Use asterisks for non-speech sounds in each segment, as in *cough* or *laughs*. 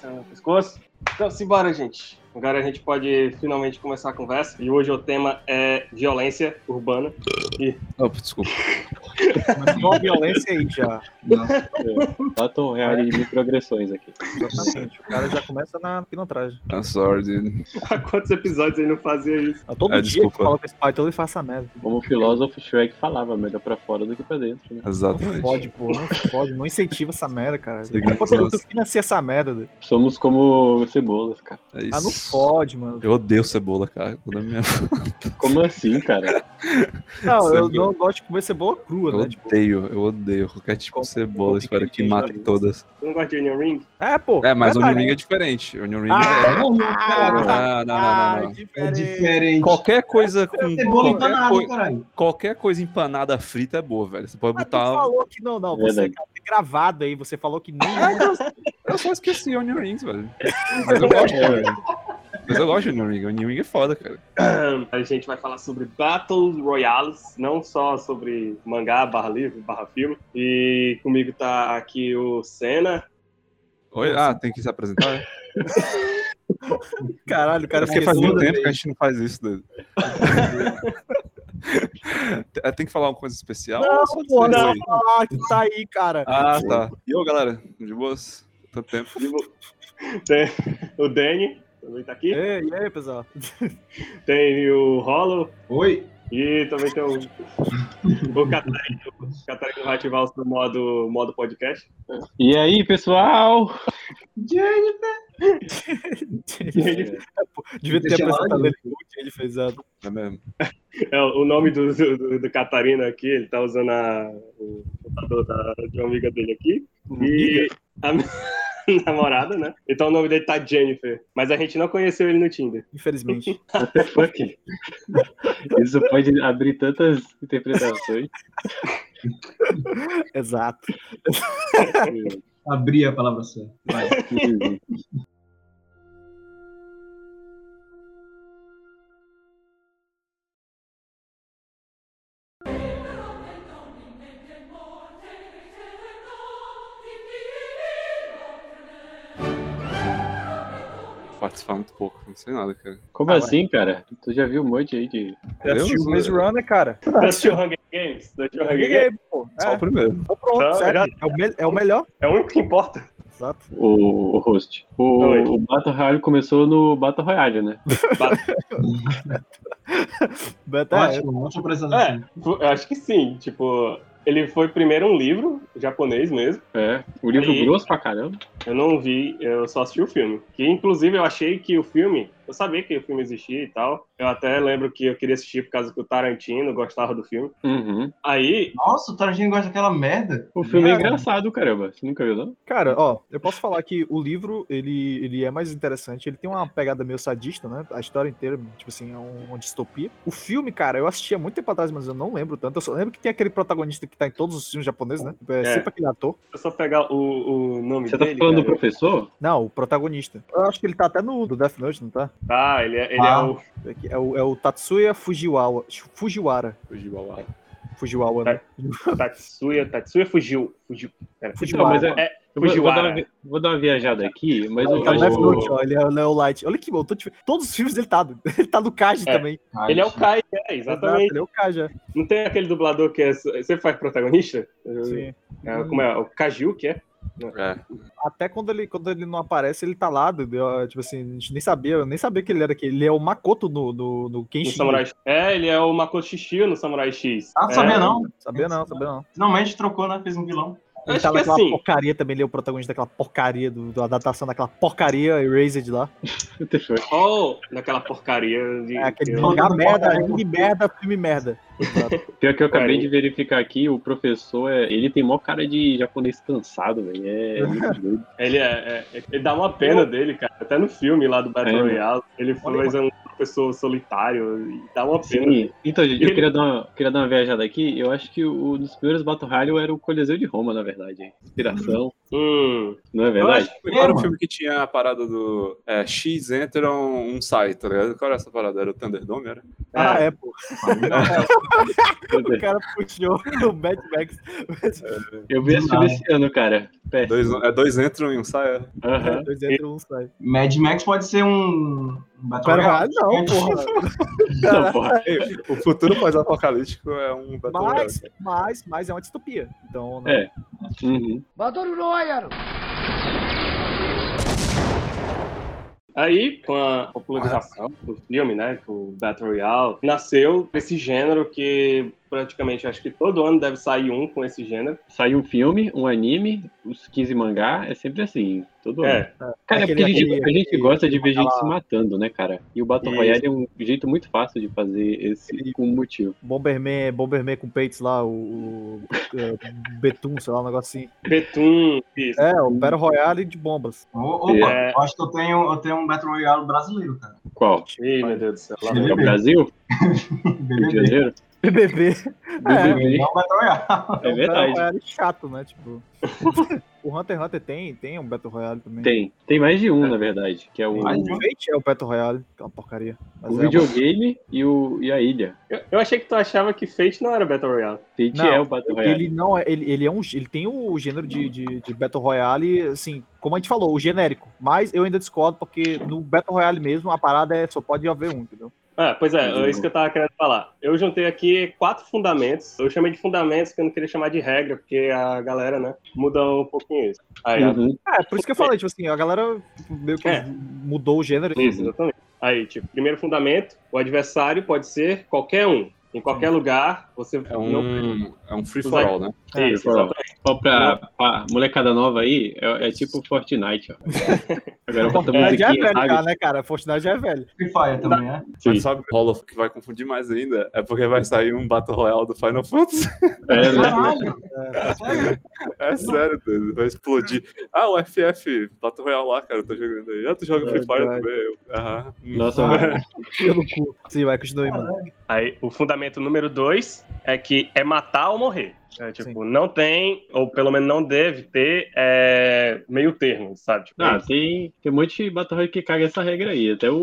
tá pescoço. Então, simbora, gente. Agora a gente pode finalmente começar a conversa. E hoje o tema é violência urbana. *laughs* E Opa, Oh, desculpa. Mas não a violência aí já. Bota um real de mil progressões aqui. Exatamente. O cara já começa na pilantragem. I'm sorry, dude. há quantos episódios ele não fazia isso? A todo É, dia desculpa. que fala com esse pai, então ele faça merda. Como o filósofo Shrek falava, melhor pra fora do que pra dentro, né? Não Exatamente. fode, pô. Não fode. Não incentiva essa merda, cara. Sim, Não consegue nossa. financiar essa merda. velho. Somos como cebolas, cara. É Ah, não isso. fode, mano. Eu odeio cebola, cara. Quando a minha- Como assim, cara? Não, eu Cebola. não gosto de comer cebola crua, Eu né? Tipo, odeio, eu odeio qualquer tipo de cebola. Espero que mate todas. Você não gosta de Onion Ring? é, pô. É, mas Onion verdade. Ring é diferente. Onion Ring é... Ah, Não, não, não, ah, não, não. É diferente. diferente. Qualquer coisa com... Cebola Qualquer, empanada, coi- caralho. qualquer coisa empanada frita é boa, velho. Você pode Mas Ah, tu botar... falou que não, não. Você Verdade. cara, tem gravado aí, você falou *laughs* que nem. É, então, Eu só esqueci Onion Rings, velho. Mas eu gosto, né? cara. Mas eu gosto de Onion Ring. Onion Ring é foda, cara. é? A gente vai falar sobre Battles Royales, não só sobre mangá, barra livro, barra filme. E comigo tá aqui o Senna. Oi, ah, tem que se apresentar? é? Caralho, o É cara porque fez faz muito tudo. tempo que a gente não faz isso, *laughs* doido. Tem- É, Tem que falar uma coisa especial? Não, Ou só pô, dizer não oi? falar que tá aí, cara. Ah, tá. E ô, galera? De boas? Tanto tempo. E o- Tem o Danny, também tá aqui. Ei, ei, pessoal. Tem o Hollow. Oi? E também tem o, o Catarino. O Catarino vai ativar o seu modo, modo podcast. E aí, pessoal? Devia ter Deixa lá, apresentado né? ele no que ele fez ah, a. É mesmo. É, o nome do, do, do Catarino aqui, ele tá usando a, o computador da, de uma amiga dele aqui. E a minha *laughs* namorada, né? Então o nome dele tá Jennifer. Mas a gente não conheceu ele no Tinder. Infelizmente. Fuck. Isso pode abrir tantas interpretações. *laughs* Exato. Abri a palavra certa. Vai. Participar muito pouco. Não sei nada, cara. Como assim, cara? Tu já viu um monte aí de. Você assistiu o Maze Runner, cara. Você assistiu Hunger Games? Você assistiu Hunger Games? Ninguém, pô. Só É, o primeiro. então pronto, Não, sério. É, o me- é o melhor. É o único que importa. Exato. O, o host. Oi. O, o Battle Royale começou no Battle Royale, né? Mas tá, é, Ótimo, É, ótima apresentação. eu acho que sim. Tipo, ele foi primeiro um livro, japonês mesmo. É. O livro Aí. grosso pra caramba. Eu não vi, eu só assisti o filme. Que inclusive eu achei que o filme, eu sabia que o filme existia e tal. Eu até lembro que eu queria assistir por causa que o Tarantino gostava do filme. Uhum. Aí, Nossa, o Tarantino gosta daquela merda. O filme é Cara. engraçado, caramba. Você nunca viu, não? Cara, ó, eu posso falar que o livro, ele, ele é mais interessante, ele tem uma pegada meio sadista, né? A história inteira, tipo assim, é um- uma distopia. O filme, cara, eu assistia muito tempo atrás, mas eu não lembro tanto. Eu só lembro que tem aquele protagonista que tá em todos os filmes japoneses, né? É, sempre aquele ator. deixa eu só pegar o, o nome Você tá dele. falando do cara. professor? Não, o protagonista. Eu acho que ele tá até no do Death Note, não tá? Tá, ele, é, ele Ah. é o. É que- É o, é o Tatsuya Fujiwara. Fujiwara. Fujiwara, né? Tatsuya. Tatsuya fugiu. Fugiu. Pera. Fujiwara. mas é- É, Eu vou, vou Fujiwara. dar uma, vi- vou dar uma viajada aqui, É, mas Ele um eu tá no Death Note, acho ó, ele é o Leo Light. Olha que bom, tô te- todos os filmes ele tá. *laughs* Ele tá no Kaji É, também. *laughs* ele é o Kai, é, Exato, exatamente. Ele é o Kaji, é. Não tem aquele dublador que é. Você faz protagonista? sim. É, como é? O Kaju, que é? É. até quando ele, quando ele não aparece, ele tá lá. entendeu? Tipo assim, a gente nem sabia, eu nem sabia que ele era aquele. Ele é o Makoto no, no, no No Kenshin. Samurai É, ele é o Makoto Shishio no Samurai X. Ah, é, sabia não. Sabia não, sabia não. Finalmente trocou, né? Fez um vilão. Ele Acho tá que naquela assim- porcaria também, ele é o protagonista daquela porcaria, do, da adaptação daquela porcaria Erased lá. que. Oh, daquela porcaria de. É aquele eu- mangá Todo merda, porcaria. anime merda, filme merda. Exato. Pior que eu acabei Aí. de verificar aqui, o professor, é, ele tem mó cara de japonês cansado, velho. É, é muito doido. Ele é, é- Ele dá uma pena dele, cara. Até no filme lá do Battle É, mano. Royale, ele faz um professor solitário e dá uma pena. *laughs* Sim. Então, gente, eu Ele- queria dar, uma, queria dar uma viajada aqui. Eu acho que o, um dos primeiros Battle Royale era o Coliseu de Roma, na verdade. Inspiração. Hum. Não é Eu verdade? acho que foi qual era o mano. filme que tinha a parada do é, X entra um, um sai, tá ligado? Qual era essa parada? Era o Thunderdome, era? Ah, é, pô. O Eu, cara puxou *laughs* o Mad Max. vi esse filme Demais. esse ano, cara. Péssimo. Dois, é dois entram e um sai. é. Aham. Dois entra, um sai. Mad Max pode ser um. um Battle Pera, Royale. não, *laughs* porra. Não, porra. Ei, O futuro pós-apocalíptico é um Battle Royale. Mas, mas, mas é uma distopia. Então, É. né? Uhum. Aí, com a popularização do filme, né, com o Battle Royale, nasceu esse gênero que praticamente acho que todo ano deve sair um com esse gênero. Sai um filme, um anime, os 15 mangá, é sempre assim, todo ano. É, Cara, é porque a gente, Aquele- a gente aquele- gosta de ver gente aquela- se matando, né, cara? E o Battle Isso. Royale é um jeito muito fácil de fazer esse com um motivo. Bomberman, é Bomberman com peitos lá, o, o é, Betum, sei lá, um negócio assim. Betum, isso. É, o Battle Royale de bombas. *laughs* O- Opa, É. eu acho que eu tenho, eu tenho um Battle Royale brasileiro, cara. *laughs* Qual? Ih, meu Deus do céu. lá Sim. É vai. o Brasil? Rio de BBB. Janeiro? BBB. É, BBB. É um Battle Royale. o É *laughs* Battle verdade. Royale chato, né? *laughs* Tipo. o Hunter x Hunter tem, tem um Battle Royale também. Tem. Tem mais de um, na verdade. Que é o, Mais O de um. Fate é o Battle Royale, que é uma porcaria. Mas o é uma- videogame e, o, e a ilha. Eu, eu achei que tu achava que Fate não era Battle Royale. Fate Não, é o Battle Royale. Ele não é, ele, ele é um, ele tem o gênero de, de, de Battle Royale, assim, como a gente falou, o genérico. Mas eu ainda discordo, porque no Battle Royale mesmo a parada é só pode haver um, entendeu? Ah, pois é, é isso que eu tava querendo falar. Eu juntei aqui quatro fundamentos. Eu chamei de fundamentos porque eu não queria chamar de regra, porque a galera, né, muda um pouquinho isso. Aí, ó. Uhum. É, por isso que eu falei, tipo assim, a galera tipo, meio que É. mudou o gênero. tipo, né? Isso, exatamente. Aí, tipo, primeiro fundamento, o adversário pode ser qualquer um. Em qualquer lugar, você É não... um, é um free for all, né? É, Isso, exatamente. Só pra, pra molecada nova aí, é, é tipo Fortnite, *laughs* ó. Agora bota a Fortnite já é musiquinha, velho, já, sabe? né, cara? Fortnite já é velho. Free Fire também, né? Sim. Mas sabe, Rolo, que vai confundir mais ainda é porque vai sair um Battle Royale do Final Fantasy. *laughs* *laughs* É, né? Caralho! Sério? É sério, Deus, vai explodir. Ah, o FF Battle Royale lá, cara, eu tô jogando aí. Ah, tu joga Free Fire É Verdade. também. Eu, Aham. Hum. Nossa, mano. Pelo cu. Sim, vai, continua aí, mano. Aí, o fundamento número dois é que é matar ou morrer. É, tipo, Sim. não tem, ou pelo menos não deve ter, é, meio termo, sabe? Tipo, Ah, tem, tem um monte de Battle Royale que caga essa regra aí. Até o.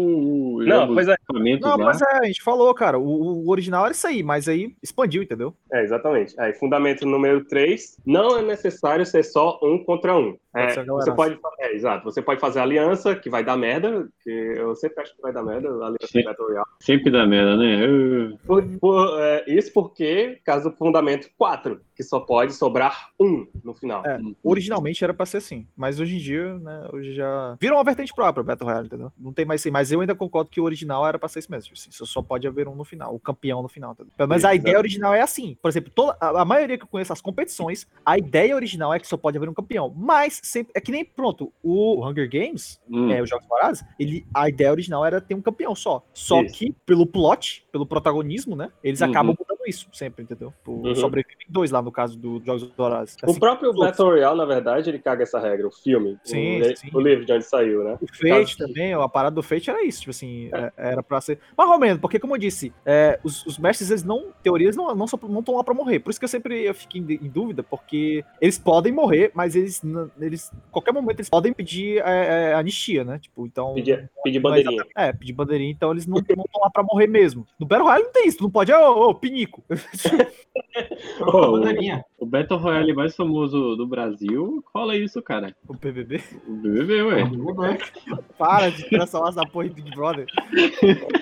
o Não, pois é. equipamentos Não, lá. mas é, a gente falou, cara, o, o original era isso aí, mas aí expandiu, entendeu? É, exatamente. Aí, fundamento número 3, não é necessário ser só um contra um. Pode É, ser a galera. você pode, é, exato. Você pode fazer aliança, que vai dar merda, que eu sempre acho que vai dar merda, aliança Sim. de Battle Royale. Sempre dá merda, né? Eu- Por- por, é, isso porque, caso do fundamento 4, que só pode sobrar um no final. É. Originalmente era pra ser assim, mas hoje em dia, né, hoje já virou uma vertente própria, Battle Royale, entendeu? Não tem mais assim, mas eu ainda concordo que o original era pra ser isso mesmo, tipo assim, só- só pode haver um no final, o campeão no final, entendeu? Mas a Isso, ideia original é assim, por exemplo, toda, a, a maioria que eu conheço as competições, a ideia original é que só pode haver um campeão, mas sempre, é que nem, pronto, o Hunger Games, Hum. é, os Jogos Vorazes, ele, a ideia original era ter um campeão só. Só Isso. que, pelo plot, pelo protagonismo, né? Eles Uhum. acabam mudando isso sempre, entendeu? Pô, Uhum. Sobrevivem dois lá no caso dos Jogos Vorazes. O Assim, próprio todos. Battle Royale, na verdade, ele caga essa regra, o filme. Sim, o, li- sim. o livro de onde saiu, né? O Fate também, a parada do Fate era isso, tipo assim, é- era pra ser. Mais ou menos, porque como eu disse, é, os, os mestres, eles não, teorias não não estão lá pra morrer. Por isso que eu sempre eu fico em, em dúvida, porque eles podem morrer, mas eles, n- eles qualquer momento, eles podem pedir é, é, anistia, né? Tipo, então. Pedir, pedir bandeirinha. Mas, é, pedir bandeirinha, então eles não estão lá pra morrer mesmo. No Battle Royale não tem isso, tu não pode, ô, ô, pinico. *laughs* Trocou a bandeirinha. O Battle Royale mais famoso do Brasil, cola isso, cara. O PBB, O BBB, ué. Um para de transformar essa porra em Big Brother.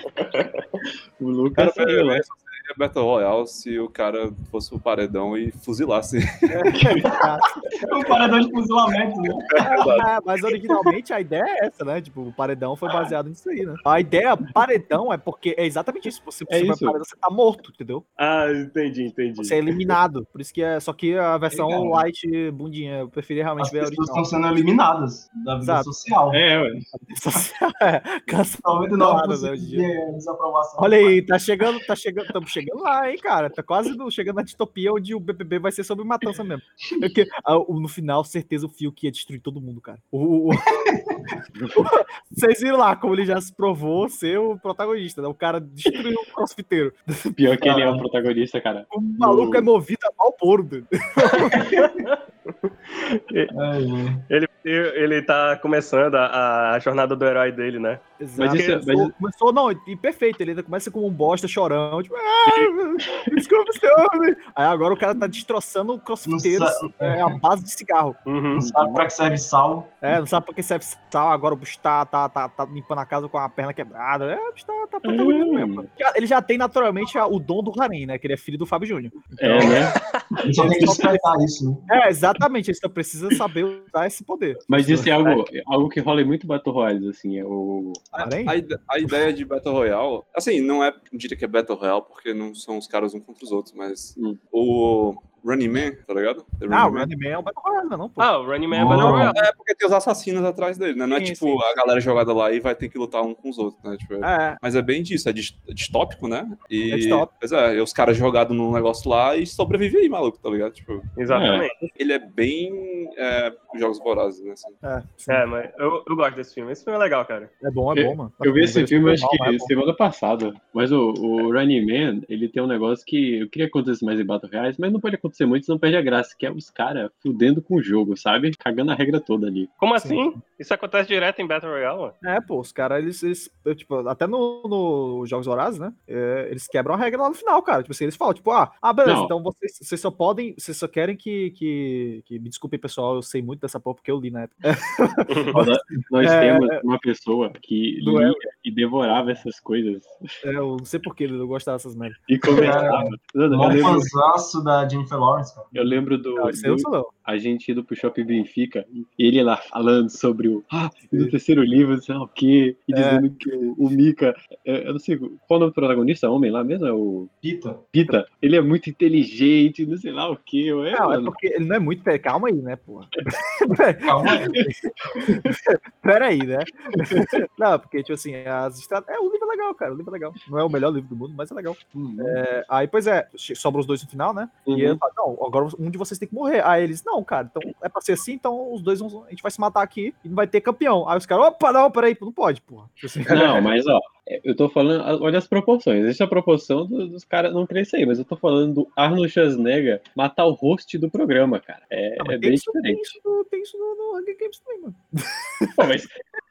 O Cara, Lucas mas saiu, né? só seria é Battle Royale se o cara fosse o paredão e *laughs* fuzilasse. Um paradão de fuzilamento, né? Ah, *laughs* mas originalmente a ideia é essa, né? Tipo, o paredão foi baseado nisso aí, né? A ideia paredão é porque é exatamente isso. Você, É você vai isso. paredão, você tá morto, entendeu? Ah, entendi, entendi. Você é eliminado. Por isso que é. Só que a versão Legal. light bundinha. Eu preferi realmente As ver a pessoas estão original. *laughs* sendo eliminadas da vida Exato. social. É, ué. *laughs* Cancelado, né, 99% hoje em de dia. desaprovação. Olha aí, tá chegando, tá chegando, estamos chegando lá, hein, cara. Tá quase no- chegando na distopia onde o BBB vai ser sobre matança mesmo. Porque, ah, o- no final, certeza o Fio que ia destruir todo mundo, cara. O- *laughs* o- o- Vocês viram lá como ele já se provou ser o protagonista, né? O cara destruiu o crossfiteiro. Pior que ele é o protagonista, cara. O maluco é movido a mal Ai, mano. Ele, ele tá começando a, a jornada do herói dele, né? Exato. isso é- mas começou, isso- começou- não, e perfeito. Ele ainda começa como um bosta chorão, tipo, ah, desculpa, seu homem. Aí agora o cara tá destroçando o crossfiteiro. Não sabe. É a base de cigarro. Uhum. Não sabe pra que serve sal. É, não sabe pra que serve sal, agora o bicho tá, tá, tá, tá limpando a casa com a perna quebrada. É, o bicho tá, tá protagonista Hum. mesmo. Já- Ele já tem naturalmente a- o dom do Harem, né? Que ele é filho do Fábio Júnior. É, né? Ele só tem que despertar isso, né? É, exatamente. Ele só precisa saber usar esse poder. Mas isso é algo, algo que rola em muito Battle Royales, assim, é o... A, Harém? a ide- a ideia de Battle Royale, assim, não é, não diria que é Battle Royale, porque não são os caras um contra os outros, mas Hum. o Running Man, tá ligado? The Ah, o né? Running Man é um Battle Royale, não, é não, pô. Ah, o Running Man é Não. Battle Não, Royale. é porque tem os assassinos atrás dele, né? Não é Sim, tipo a galera jogada lá e vai ter que lutar um com os outros, né? Tipo, é- É, Mas é bem disso, é dis- distópico, né? E, É distópico. Pois é, e os caras jogados num negócio lá e sobrevive aí, maluco, tá ligado? Tipo, Exatamente. ele é bem é, Jogos Vorazes, né? assim. é, sim. É, mas eu, eu gosto desse filme. Esse filme é legal, cara. é bom, é bom, mano. Eu vi esse filme, acho Mal, que mas é bom. semana passada. Mas o, o Running Man, ele tem um negócio que eu queria que acontecesse mais em Battle Royales, mas não pode acontecer muito, senão perde a graça, que é os caras fudendo com o jogo, sabe? Cagando a regra toda ali. Como Sim. assim? Isso acontece direto em Battle Royale, mano. É, pô, os caras, eles, eles, eu, tipo, até no, no Jogos Horazes, né? é, eles quebram a regra lá no final, cara. Tipo assim, eles falam, tipo, ah, ah beleza, Não. então vocês, vocês só podem, vocês só querem que, que, que- Me desculpem, pessoal, eu sei muito dessa porra porque eu li na época. Nós É, temos uma pessoa que Do lia e devorava essas coisas É, eu não sei porquê, eu gostava dessas merdas. e comentava. É. Não, não, Eu Um lembro, fanzaço da Jennifer Lawrence, cara. eu lembro do, Não, isso aí eu do sou não. a gente indo pro Shopping Benfica e ele lá falando sobre o, ah, e no terceiro livro, sei lá o quê, e É. dizendo que o, o Mika, é, eu não sei qual o nome do protagonista, homem lá mesmo, é o Pita. Pita, ele é muito inteligente, não sei lá o que, eu é, Não, é mano. porque ele não é muito. pe- Calma aí, né, porra? Calma aí. *laughs* Pera aí, né? não, porque, tipo assim, as estradas. É, o livro é legal, cara, o livro é legal. Não é o melhor livro do mundo, mas é legal. Hum, É, aí, pois é, che- sobra os dois no final, né? uhum. E ele fala, não, agora um de vocês tem que morrer. Aí eles, não, cara, então é pra ser assim, então os dois vão, a gente vai se matar aqui e não vai ter campeão. Aí os caras, opa, não, peraí, não pode, porra. Tipo assim, Não, mas ó, é, eu tô falando, olha as proporções, deixa a proporção do- dos caras não crescer aí, mas eu tô falando do Arnold Schwarzenegger matar o host do programa, cara, é, não, é Ah, mas bem isso, diferente. Tem um isso, no- tem isso no, no Hunger Games também, mano. Pô, mas,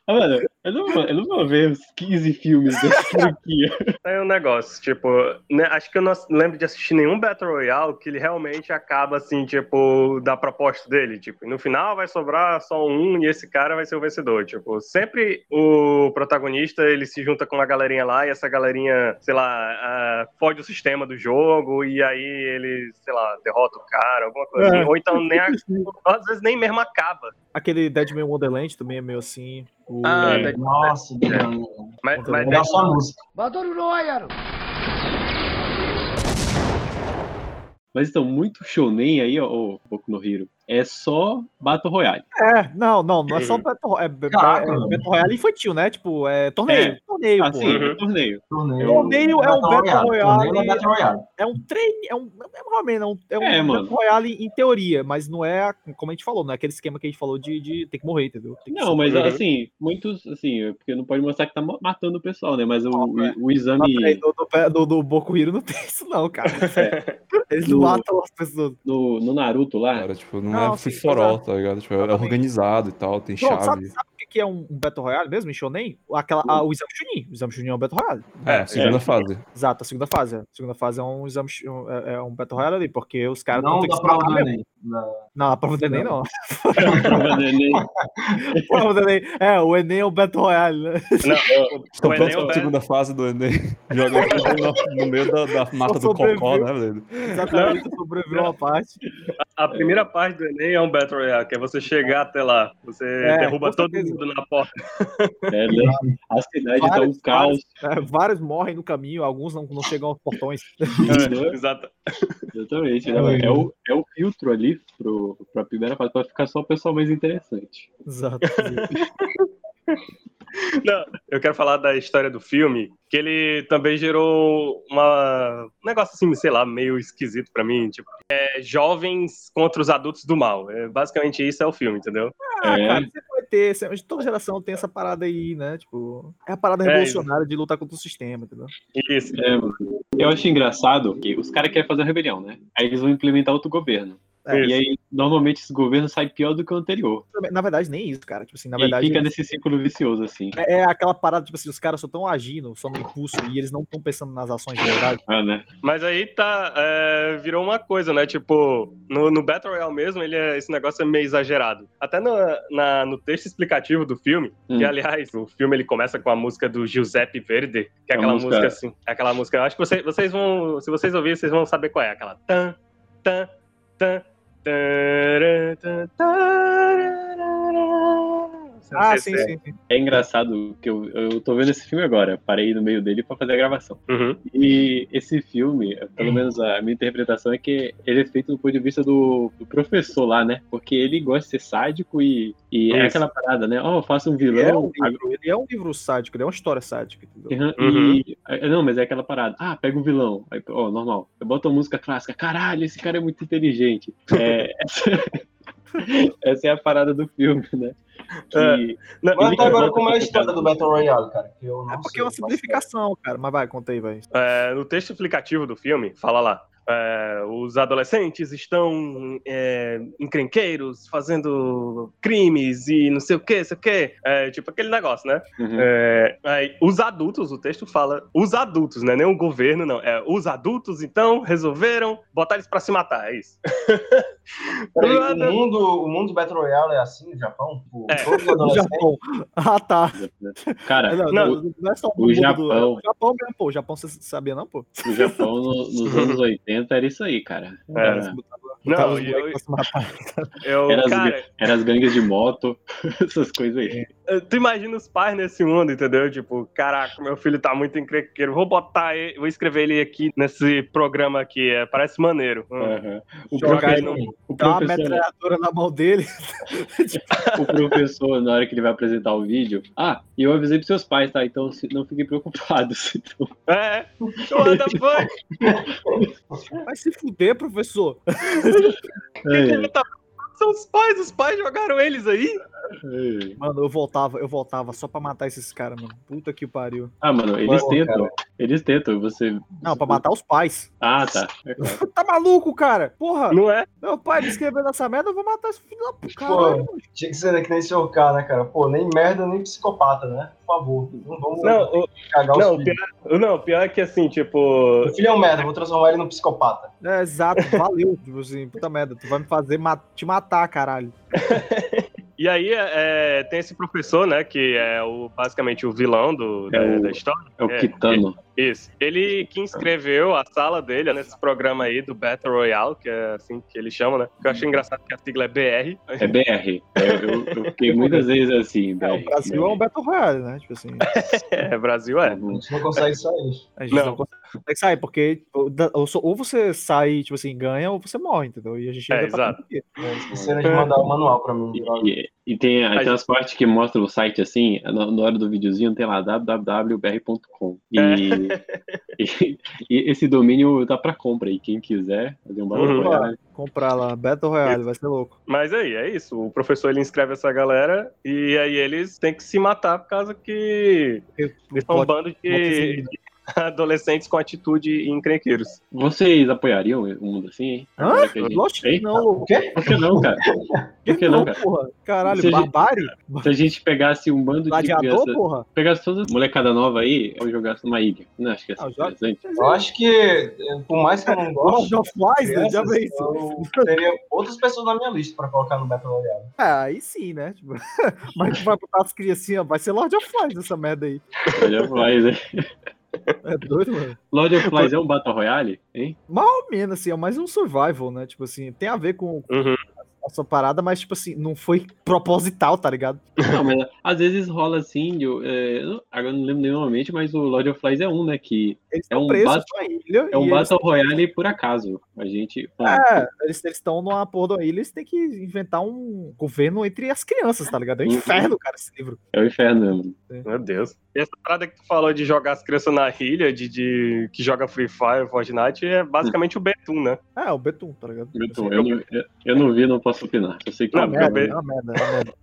ah, mano, eu não, vou- eu não vou ver os 15 filmes dessa *laughs* franquia. Aí é um negócio, tipo, né, acho que eu não lembro de assistir nenhum Battle Royale que ele realmente acaba assim, tipo, da proposta dele, tipo, no final vai sobrar só um e esse cara vai ser o vencedor, tipo, sempre o protagonista, ele se junta com uma galerinha lá e essa galerinha, sei lá, ah, fode o sistema do jogo e aí ele, sei lá, derrota o cara, alguma coisa assim, ou então nem, a- às vezes nem mesmo acaba, né? Aquele Deadman Wonderland também é meio assim. O... Ah, é, Dead- Nossa, Daniel. mas, mas Melhor só a música. Mas então, muito shonen aí, ó, ô, Boku no Hero, é só Battle Royale. é, não, não, não é só Battle Royale. É, é- Caraca, é mano. Battle Royale infantil, né? Tipo, é torneio. É. Torneio, Ah, pô. sim, é torneio. Torneio. Torneio é um Battle Royale. Torneio é Battle Royale. É um treino, é um, é um, homem, não, é um É, mano. Battle Royale em teoria, mas não é, a- como a gente falou, não é aquele esquema que a gente falou de, de ter que morrer, entendeu? Tem que Não, mas Uhum. assim, muitos, assim, é porque não pode mostrar que tá ma- matando o pessoal, né? Mas o, Ah, o, o exame No, no, no, no Boku Hero não tem isso, não, *laughs* cara. É. Eles não No- matam as pessoas. no, no Naruto lá, Cara, tipo, não, Não, é free sim, for all, exato. tá ligado? Tipo, é Exatamente. organizado e tal, tem Pronto, chave. sabe, sabe o que que é um um Battle Royale mesmo, em Shonen? Aquela, a- o Exame Chunin. O Exame Chunin é um Battle Royale. É, segunda fase. *laughs* Exato, a segunda fase. A segunda fase é um Exame Chu- um- é, é um Battle Royale ali, porque os caras Não vão ter que da se prova matar do mesmo. Enem. Da- Não, a prova do Enem não. prova *laughs* do Enem. *laughs* A prova do Enem. É, o Enem é o Battle Royale, né? *laughs* Estão Então o prontos Enem é o pra segunda fase do *laughs* Enem. Joga no, no meio da, da mata do sobreviveu. cocó, né, velho? Exatamente, sobreviveu uma parte. A primeira parte do Enem é um Battle Royale, que é você chegar até lá. Você É, derruba com todo certeza. mundo na *laughs* porta. é, né? a cidade tá um Vários, caos. É, vários morrem no caminho, alguns não, não chegam aos portões. *laughs* né? *laughs* Exato. Exatamente, né? Ai. É o, é o filtro ali pro, pra primeira fase, pra ficar só o pessoal mais interessante. Exato. Eu quero falar da história do filme, que ele também gerou uma... um negócio assim, sei lá, meio esquisito pra mim. Tipo, é jovens contra os adultos do mal. É, basicamente isso é o filme, entendeu? Ah, É. cara, sempre vai ter, sempre, toda geração tem essa parada aí, né? Tipo, é a parada É, revolucionária de lutar contra o sistema, entendeu? Isso. É, mano. eu acho engraçado que os caras querem fazer a rebelião, né? Aí eles vão implementar outro governo. É. E aí, normalmente, esse governo sai pior do que o anterior. Na verdade, nem isso, cara. Tipo assim, na e verdade. fica nesse círculo vicioso, assim. É é aquela parada, tipo assim, os caras só estão agindo, só no impulso, e eles não estão pensando nas ações de verdade. Ah, né? Mas aí tá. é, virou uma coisa, né? Tipo, no, no Battle Royale mesmo, ele é- esse negócio é meio exagerado. Até na, na- no texto explicativo do filme, Hum. que aliás, o filme ele começa com a música do Giuseppe Verde, que é A aquela música- música, assim. é Aquela música. Eu acho que vocês, vocês vão. Se vocês ouvirem, vocês vão saber qual é. Aquela. Tan, tan, tan, tarã, tan, tararara. Você não Ah, sei sim, se- sim, sim. É engraçado que eu, eu tô vendo esse filme agora. Parei no meio dele pra fazer a gravação. Uhum. E esse filme, Hum. pelo menos a minha interpretação é que ele é feito do ponto de vista do, do professor lá, né? Porque ele gosta de ser sádico e, e é Isso. aquela parada, né? Ó, faça um Ele é, um vilão. a- livro, ele é um livro sádico, ele é uma história sádica, entendeu? Aham, Uhum. E, ah, não, mas é aquela parada. Ah, pega o vilão. Aí, ó, normal. Eu boto uma música clássica. Caralho, esse cara é muito inteligente. *laughs* É, essa, essa é a parada do filme, né? É. Que- Não, Mas Ele até agora, volta como é a pra história do tentar- Battle Royale, cara? Que eu não É porque é uma sei, mas- simplificação, cara. Mas vai, conta aí, vai. É, no texto explicativo do filme, fala lá. é, os adolescentes estão é, encrenqueiros, fazendo crimes e não sei o que, sei o que. tipo aquele negócio, né? Uhum. É, aí, os adultos, o texto fala, os adultos, né? Nem o governo, não. É, os adultos, então, resolveram botar eles pra se matar, é isso. Peraí, Do né? nada. o, mundo, o mundo Battle Royale é assim no Japão? Pô, É. *laughs* todos os O adolescentes- Japão. Ah, tá. Cara, Não, Não, não, não é só o mundo Japão. O Japão mesmo, pô. O Japão, você sabia não, pô? o Japão no- nos anos 80 era isso aí, cara. É. Era, Botava *laughs* Não, os e moleques eu, pra se matar. eu Era as cara, era as gangues de moto, *laughs* essas coisas aí. Eh, tu imagina os pais nesse mundo, entendeu? Tipo, caraca, meu filho tá muito encrenqueiro, vou botar ele, vou escrever ele aqui nesse programa aqui, é, parece maneiro. Hum. Aham. O, Jogar professor, ele no- o, Dá uma professor, metralhadora na mão dele. o professor, na hora que ele vai apresentar o vídeo, ah, e eu avisei pros seus pais, tá? Então se- não fiquem *laughs* preocupados. Então, É, what the fuck? *laughs* *laughs* Vai se fuder, professor. É. Ele tá- São os pais, os pais jogaram eles aí. É, é. Mano, eu voltava, eu voltava só pra matar esses caras, mano. Puta que pariu. Ah, mano, eles Pô, tentam. Eles tentam, você. Não, pra matar os pais. Ah, tá. É claro. Tá maluco, cara? Ah. Porra, Não é? meu pai me escreveu nessa merda, eu vou matar esse filho da puta. Caralho, Pô, tinha que ser que nem seu K, né, cara? Pô, nem merda, nem psicopata, né? Por favor, não vamos Não, o, cagar não, os o filhos. pior, não, o pior é que assim, tipo. Meu filho é um merda, vou transformar ele num psicopata. É, exato, valeu. Tipo assim, puta merda, tu vai me fazer ma- te matar, caralho. E aí é, tem esse professor, né? Que é o, basicamente o vilão do, É da- o- da história. É o É, Kitano. Isso. Ele que inscreveu a sala dele né, nesse programa aí do Battle Royale, que é assim que ele chama, né? Que eu achei engraçado que a sigla é BR. É BR. É, eu, eu fiquei *laughs* muitas vezes assim. BR, É, o Brasil é um Battle Royale, né? Tipo assim, É, Brasil é. A gente não consegue sair. a gente não, Não. consegue sair, porque tipo, da- ou, só- ou você sai, tipo assim, ganha, ou você morre, entendeu? E a gente É, ainda tá exato. com quê? né? Esqueceram de mandar o manual pra mim. droga. E, e tem, a- Mas- tem umas partes que mostram o site assim, na, na hora do videozinho tem lá www.br.com. E, É. *laughs* e- e esse domínio tá pra compra aí, quem quiser fazer um barulho. Uhum. Royale. Comprar lá, Battle Royale, vai ser louco. Mas aí, é isso. O professor ele inscreve essa galera e aí eles têm que se matar por causa que eles são um bando de, de *laughs* adolescentes com atitude e encrenqueiros. Vocês apoiariam um mundo assim, hein? Hã? Agora que a gente- Lógico que Hein? não, louco. Por que não, cara? Por que não, cara? porra? Caralho, Se a gente- barbárie? Se a gente pegasse um bando de Gladiador, crianças, porra? pegasse toda a molecada nova aí, eu jogasse numa ilha. Não, acho que ia ser Ah, joga. interessante. Eu acho que, eh, por mais que eu não goste, Lord of Lies, crianças, né? já vê isso. eu teria outras pessoas na minha lista pra colocar no Battle Royale. Ah, aí sim, né? Tipo, *laughs* mas tu vai botar as criancinhas, vai ser Lord of Flies essa merda aí. Lord of Flies, né? É doido, mano. *laughs* Lord of Flies é um Battle Royale, hein? Ao menos, assim, é mais um survival, né? Tipo assim, tem a ver com Uhum. essa parada, mas, tipo assim, não foi proposital, tá ligado? Não, mas às vezes rola assim, de, é, eu não- agora eu não lembro novamente, mas o Lord of Flies é um, né? Que Eles É estão um presos bat- numa ilha. é um e eles... Battle Royale por acaso. A gente. É, eles estão numa porra da ilha, eles têm que inventar um governo entre as crianças, tá ligado? É um Uhum. inferno, cara, esse livro. É o inferno, mano. Meu Deus. E essa parada que tu falou de jogar as crianças na ilha, de, de- que joga Free Fire, Fortnite, é basicamente o Betum, né? Ah, é o Betum, tá ligado? Eu, tô- eu não, eu, eu não vi, não posso opinar. Eu sei que Não, é É um uma meu merda, bem. é uma merda, é uma merda.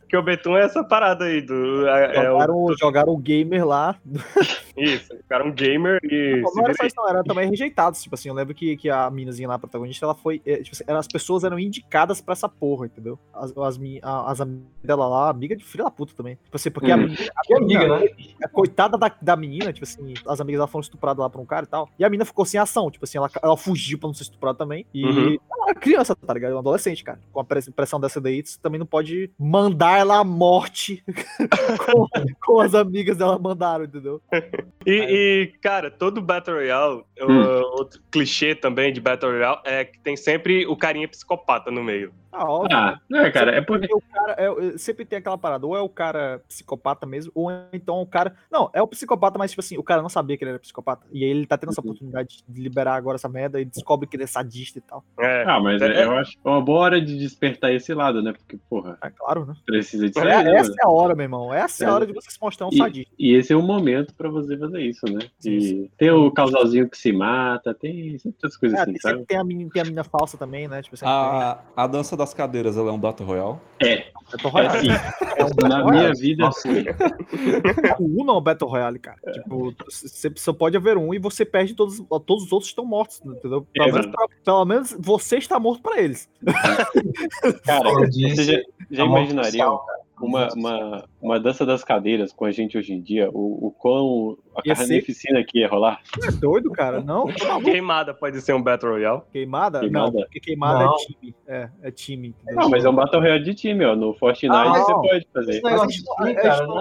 Porque o Betum é essa parada aí do. É, é o, Jogaram, jogaram o gamer lá. isso, o cara é um gamer e. se Não era vira só isso, não, era também rejeitados. Tipo assim, eu lembro que, que a minazinha lá, a protagonista, ela foi. é, tipo assim, era- as pessoas eram indicadas pra essa porra, entendeu? As, as, mi- a- as amigas dela lá, amiga de filha da puta também. Tipo assim, porque a, Hum. menina- a Que menina- amiga, né? a coitada da, da menina, tipo assim, as amigas dela foram estupradas lá por um cara e tal. E a menina ficou sem ação, tipo assim, ela, ela fugiu pra não ser estuprada também. E Uhum. ela era criança, tá ligado? Ela era Uma adolescente, cara. Com a press- pressão dessa daí, você também não pode mandar ela à morte *laughs* com, com as amigas dela mandaram, entendeu? E, e, cara, todo Battle Royale, o- Hum. outro clichê também de Battle Royale é que tem sempre o carinha psicopata no meio. Ah, óbvio. Ah, não é, cara, é porque. Porque o cara é- é- sempre tem aquela parada, ou é o cara psicopata mesmo, ou então o cara. Não, é o psicopata, mas tipo assim, o cara não sabia que ele era psicopata. E aí ele tá tendo essa Uhum. oportunidade de liberar agora essa merda e descobre que ele é sadista e tal. É. Ah, mas É. é- eu acho uma boa hora de despertar esse lado, né? Porque, porra, É claro, né? precisa de É, ser. É, né, essa é a hora, meu irmão. Essa é a É. hora de você se mostrar um E- sadista. E esse é o momento pra você fazer isso, né? Sim, E tem o casalzinho que se mata, tem sempre essas coisas É, assim, tem- sempre sabe? tem a, menina, tem a menina falsa também, né? Tipo, sempre Ah. A, a dança das cadeiras, ela é um Battle Royale? É, tem Battle é Royale. assim. É um Battle Na Royale. minha vida, assim. *laughs* O Uno é um Battle Royale, cara. Tipo, você só pode haver um e você perde todos, todos os outros estão mortos, entendeu? Pelo, menos, Exato. pelo menos você está morto pra eles. Cara, Eu disse, você já, já é a morte imaginaria social, cara. uma, uma, uma dança das cadeiras com a gente hoje em dia? O, o quão a Ia ser- carnificina que ia rolar? Você é doido, cara? Não, tá maluco. Queimada pode ser um Battle Royale. Queimada? Queimada? Não, porque queimada Não. é time. É, é time. entendeu? Não, mas é um Battle Royale de time, ó. No Fortnite Ah, você não. pode fazer. Esse negócio Mas a gente não- assim, é, de time, a cara, gente né?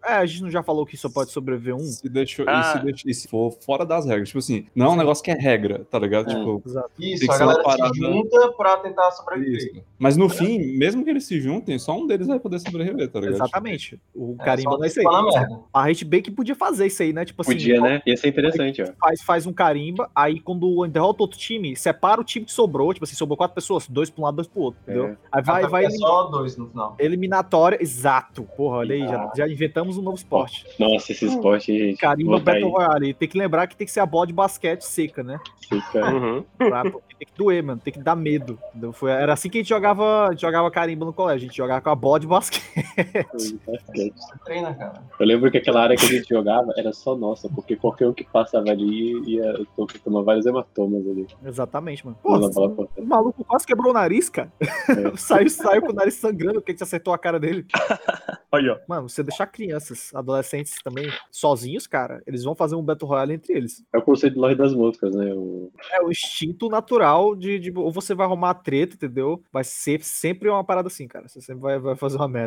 não- é, a gente não já falou que só pode sobreviver um? Tá Se deixou, Ah. e, se deixou- e se for fora das regras. Tipo assim, não é um negócio que é regra, tá ligado? É. Tipo, Exato. Tem Isso, que a ser uma galera parada- se junta pra tentar sobreviver. isso. Mas no fim, mesmo que eles se juntem, só um deles vai poder sobreviver, tá ligado? Exatamente. O É, carimbo só não é isso aí. ficar na merda. A gente bem que podia fazer isso aí, né? Tipo assim, Podia, né? Ia ser interessante, ó. faz, faz um carimba, aí quando derrota outro time, separa o time que sobrou, tipo assim, sobrou quatro pessoas, dois pra um lado, dois pro outro, entendeu? Aí vai, Até vai porque É só dois no final. eliminatória, exato. Porra, olha aí, já, já inventamos um novo esporte. Nossa, esse esporte, hein, gente. Carimba Botar aí, Battle Royale. E Tem que lembrar que tem que ser a bola de basquete seca, né? fica- Uhum. Pra- porque tem que doer, mano. Tem que dar medo. entendeu? Foi, era assim que a gente jogava, a gente jogava carimba no colégio. A gente jogava com a bola de basquete. *laughs* Você treina, cara. Eu lembro que aquela área que a gente jogava era só nossa, porque qualquer um que passava ali ia to- tomar vários hematomas ali. Exatamente, mano. Pô, Pô, o maluco quase quebrou o nariz, cara. *laughs* saiu, saiu com o nariz sangrando porque a gente acertou a cara dele. Olha, ó. Mano, você deixar crianças, adolescentes também, sozinhos, cara, eles vão fazer um Battle Royale entre eles. é o conceito do Lorde das Moscas, né? O- É o instinto natural de, de- ou você vai arrumar treta, entendeu? Vai ser sempre uma parada assim, cara. Você sempre vai, vai fazer uma merda.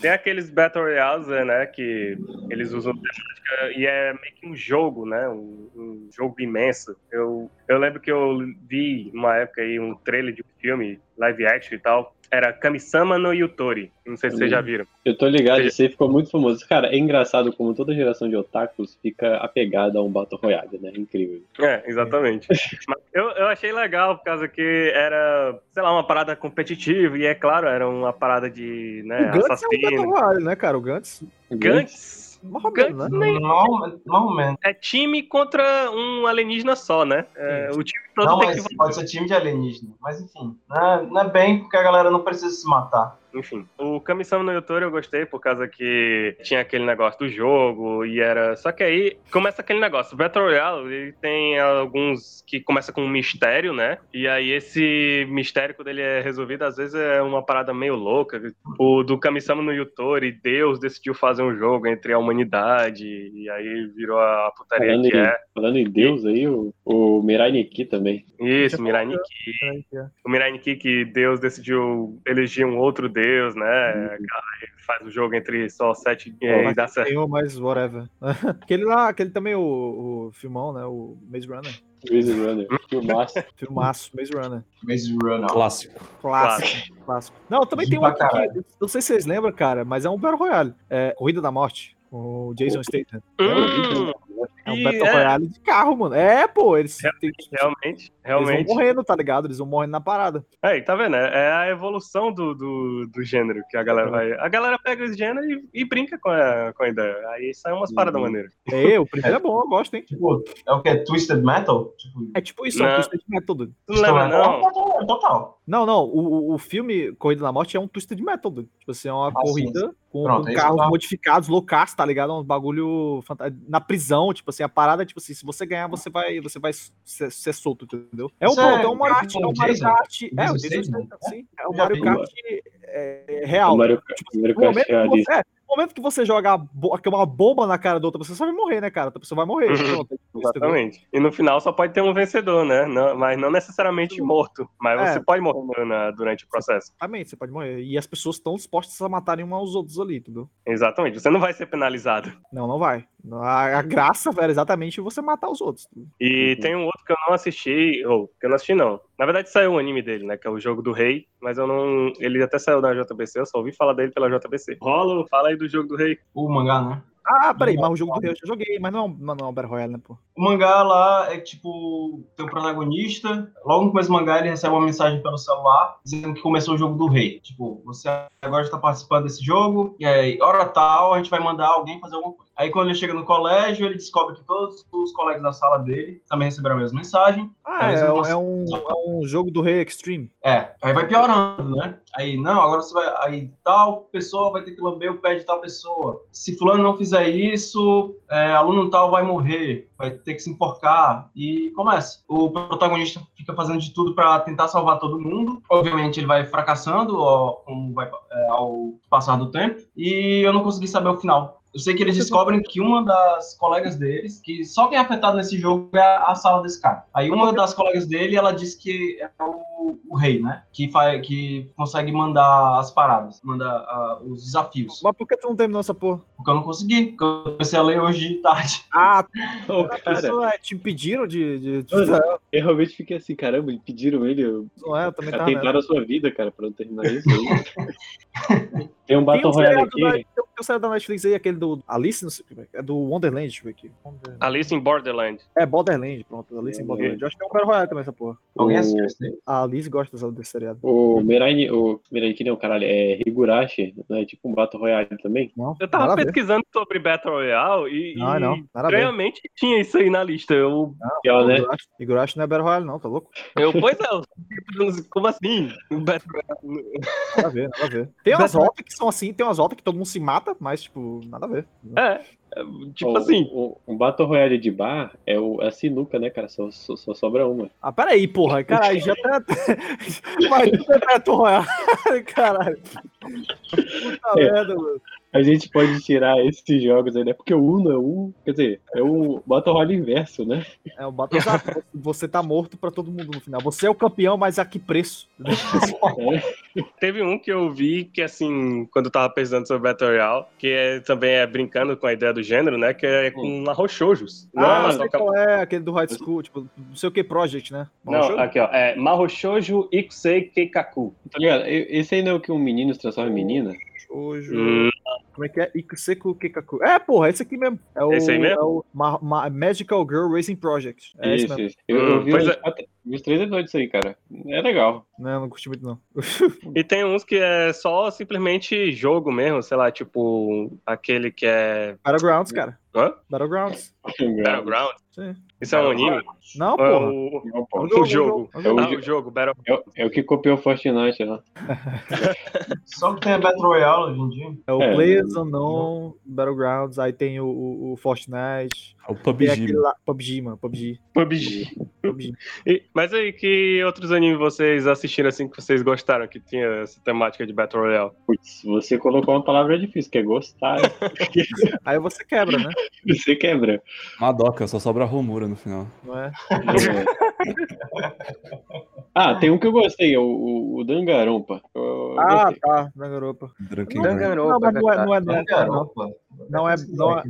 Tem aqueles Battle Royales, né, que eles usam temática e é meio que um jogo, né, um, um jogo imenso. Eu, eu lembro que eu vi uma época aí um trailer de um filme, live action e tal, era Kamisama no Yutori. Não sei se vocês já viram. Eu tô ligado, Sim. isso aí ficou muito famoso. Cara, é engraçado como toda geração de otakus fica apegada a um Battle Royale, né? Incrível. É, exatamente. Mas eu, eu achei legal, por causa que era, sei lá, uma parada competitiva, e é claro, era uma parada de, né, o Gantz é um Battle assassino. Royale, né, cara? O Gantz, Gantz mais ou menos, né? Gantz nem- Normal- Normalmente. é time contra um alienígena só, né? É, o time todo Não, tem que mas pode ser time de alienígena. Mas enfim, não é, não é bem porque a galera não precisa se matar. Enfim, o Kami-sama no Yotori eu gostei por causa que tinha aquele negócio do jogo e era... Só que aí começa aquele negócio. O Battle Royale, ele tem alguns que começa com um mistério, né? E aí esse mistério, quando ele é resolvido, às vezes é uma parada meio louca. O do Kami-sama no Yotori, Deus decidiu fazer um jogo entre a humanidade e aí virou a putaria Falando que em, é. falando em Deus aí, o, o Mirai Nikki também. é Isso, Mirai Nikki. O Mirai Nikki que Deus decidiu eleger um outro Deus, né? faz o jogo entre só sete é, e dá certo. Nenhum, Uhum. mas whatever. *laughs* aquele lá, aquele também, o, o filmão, né? O Maze Runner. Maze Runner, filmaço. Filmaço, Maze Runner. Maze Runner. Tipo, Clássico. Clássico, clássico. Não, também tem um Pra aqui que, não sei se vocês lembram, cara, mas é um Battle Royale. É Corrida da Morte, com o Jason Statham. Hum, É um E Battle é. Royale de carro, mano. É, pô, eles, tem- Realmente, eles realmente. vão morrendo, tá ligado? Eles vão morrendo na parada. Aí, tá vendo? É é a evolução do, do, do gênero que a Uhum. galera vai. A galera pega esse gênero e, e brinca com a, com a ideia. Aí sai umas Uhum. paradas maneiras. *laughs* É, o primeiro é bom, eu gosto, hein? Tipo, é o que? Twisted Metal? Tipo, É tipo isso, é Não. um Twisted Metal. doido. Tu não lembra, né? não? Total, total. Não, não, o, o- o filme Corrida da Morte é um Twisted Metal. doido. Tipo assim, é uma sim, corrida com, Pronto, com é isso carros mesmo. modificados, loucas, tá ligado? É um bagulho fanta- na prisão, tipo assim, a parada é tipo assim, se você ganhar, você vai, você vai ser, ser solto, entendeu? É um, Isso bom, é- é um Mario Kart, é um Mario Jason? Kart. É, o Jason Jason Statham? Statham, sim, é um Já Mario vi. Kart é, real. O Mario Kart- Tipo, o Mario no Kart momento que realista. você- é, no momento que você joga a bo- é uma bomba na cara da outra pessoa, você vai morrer, né, cara? A pessoa vai morrer. Pronto, é isso, entendeu? Exatamente. E no final só pode ter um vencedor, né? Não- mas não necessariamente morto. Mas É. você pode morrer na- durante o processo. Exatamente, você pode morrer. E as pessoas estão dispostas a matarem uns aos outros ali, entendeu? Exatamente. Você não vai ser penalizado. Não, não vai. A, a graça era exatamente você matar os outros. E Uhum. tem um outro que eu não assisti, ou que eu não assisti não. Na verdade saiu um anime dele, né, que é o Jogo do Rei, mas eu não, ele até saiu da JBC, eu só ouvi falar dele pela JBC. Rolo, fala aí do Jogo do Rei. O mangá, né? Ah, peraí, mas o jogo do Rei eu já joguei, mas não é um, mas não é um Battle Royale, né, pô? O mangá lá é que, tipo, tem um protagonista. Logo no começo do mangá, ele recebe uma mensagem pelo celular dizendo que começou o jogo do rei. Tipo, você agora está participando desse jogo, e aí, hora tal, a gente vai mandar alguém fazer alguma coisa. Aí, quando ele chega no colégio, ele descobre que todos os colegas da sala dele também receberam a mesma mensagem. Ah, é, um- é um, é um jogo do Rei Extreme. É, aí vai piorando, né? Aí, não, agora você vai. Aí tal pessoa vai ter que lamber o pé de tal pessoa. Se fulano não fizer isso, é, aluno tal vai morrer, vai ter que se enforcar. E começa. O protagonista fica fazendo de tudo para tentar salvar todo mundo. Obviamente ele vai fracassando ó, como vai, é, ao passar do tempo. E eu não consegui saber o final. Eu sei que eles descobrem que uma das colegas deles, que só quem é afetado nesse jogo é a a sala desse cara. Aí uma das colegas dele, ela diz que é o, o rei, né? Que, fa- que consegue mandar as paradas, manda ah, os desafios. Mas por que tu não terminou essa porra? Porque eu não consegui, porque eu comecei a ler hoje de tarde. Ah, Ô, as cara, é. pessoas é, te impediram de. de, de- Mano. eu realmente fiquei assim, caramba, impediram ele. Eu... Não é, eu também tava. nessa. Atentaram a sua vida, cara, pra não terminar isso aí. *laughs* Tem um Tem Battle um Royale seriado aqui. da- tem um seriado da Netflix aí, aquele do Alice, não sei o que, é do Wonderland, deixa eu ver aqui. Wonderland. Alice in Borderland. É, Borderland, pronto, Alice em Borderland. Eu acho que é um Battle Royale também essa porra. *laughs* Alguém O- assistiu isso daí? A Alice gosta dessa- desse seriado. O Merai, o Merai que não, caralho, é Higurashi, né? Tipo um Battle Royale também. Não, Eu tava nada a ver. Ah, pesquisando sobre Battle Royale e, Não, é e não, nada a ver. estranhamente tinha isso aí na lista. Eu, Pior, né? Higurashi- Higurashi não é Battle Royale, não, tá louco? eu pois é, eu- como assim? Battle Royale. Nada a ver, nada a ver. Tem umas rotas que são assim, tem umas rotas que todo mundo se mata, mas, tipo, nada a ver. É, tipo O- assim, o- Um Battle Royale de bar é o, a sinuca, né, cara? Só, só, só sobra uma. Ah, peraí, porra, caralho, já tá. *laughs* Mas tudo é Battle Royale, *laughs* caralho. Puta merda, mano. A gente pode tirar esses jogos aí, né? Porque o Uno é um. Quer dizer, é o Battle Royale inverso, né? É o Battle Royale. Você tá morto pra todo mundo no final. Você é o campeão, mas a que preço? *laughs* Teve um que eu vi que, assim, quando eu tava pensando sobre Battle Royale, que é- também é brincando com a ideia do gênero, né? Que é com marrochojos. Não é Ah, uma sei soca- qual é aquele do High School, tipo, não sei o que Project, né? Não, aqui, ó. É Marrochojo Ikusei Keikaku. Tá ligado? E- Esse aí não é o que um menino se transforma em menina? Hoje. Hum, Como é que é? Ikuseku Kekaku. É, porra, esse aqui mesmo. É o, Esse aí mesmo? É o Ma- Ma- Magical Girl Racing Project. É esse isso, mesmo. isso. Eu, eu Hum, vi pois uns, é. quatro- uns três episódios disso aí, cara. É legal. Não, não curti muito, não. e tem uns que é só simplesmente jogo mesmo, sei lá, tipo aquele que é. Battlegrounds, cara. Hã? Battlegrounds. Battleground? Sim. Isso é um anime? Não, Ou é porra. o, Não, o pô. jogo, é um jogo. jogo, é um Ah, jogo. o jogo, Battle É, o- é o que copiou o Fortnite né? lá. Só que tem a Battle Royale hoje em dia. É o É. Players Unknown, Battlegrounds, aí tem o, o, o Fortnite. É o Tem PUBG. aquele lá. PUBG, mano. PUBG. PUBG. PUBG. E- mas aí, que outros animes vocês assistiram assim que vocês gostaram, que tinha essa temática de Battle Royale? Putz, você colocou uma palavra difícil, que é *laughs* gostar. aí você quebra, né? você quebra. Madoka, só sobra a Romura no final. Não é? ah, tem um que eu gostei, é o, o, o Dangarompa. Eu- eu Ah, gostei. tá. Na garupa. Drunken Não, é Dragon. não, mas não é, não é, não é, não é. Garopa. um Não é- não é-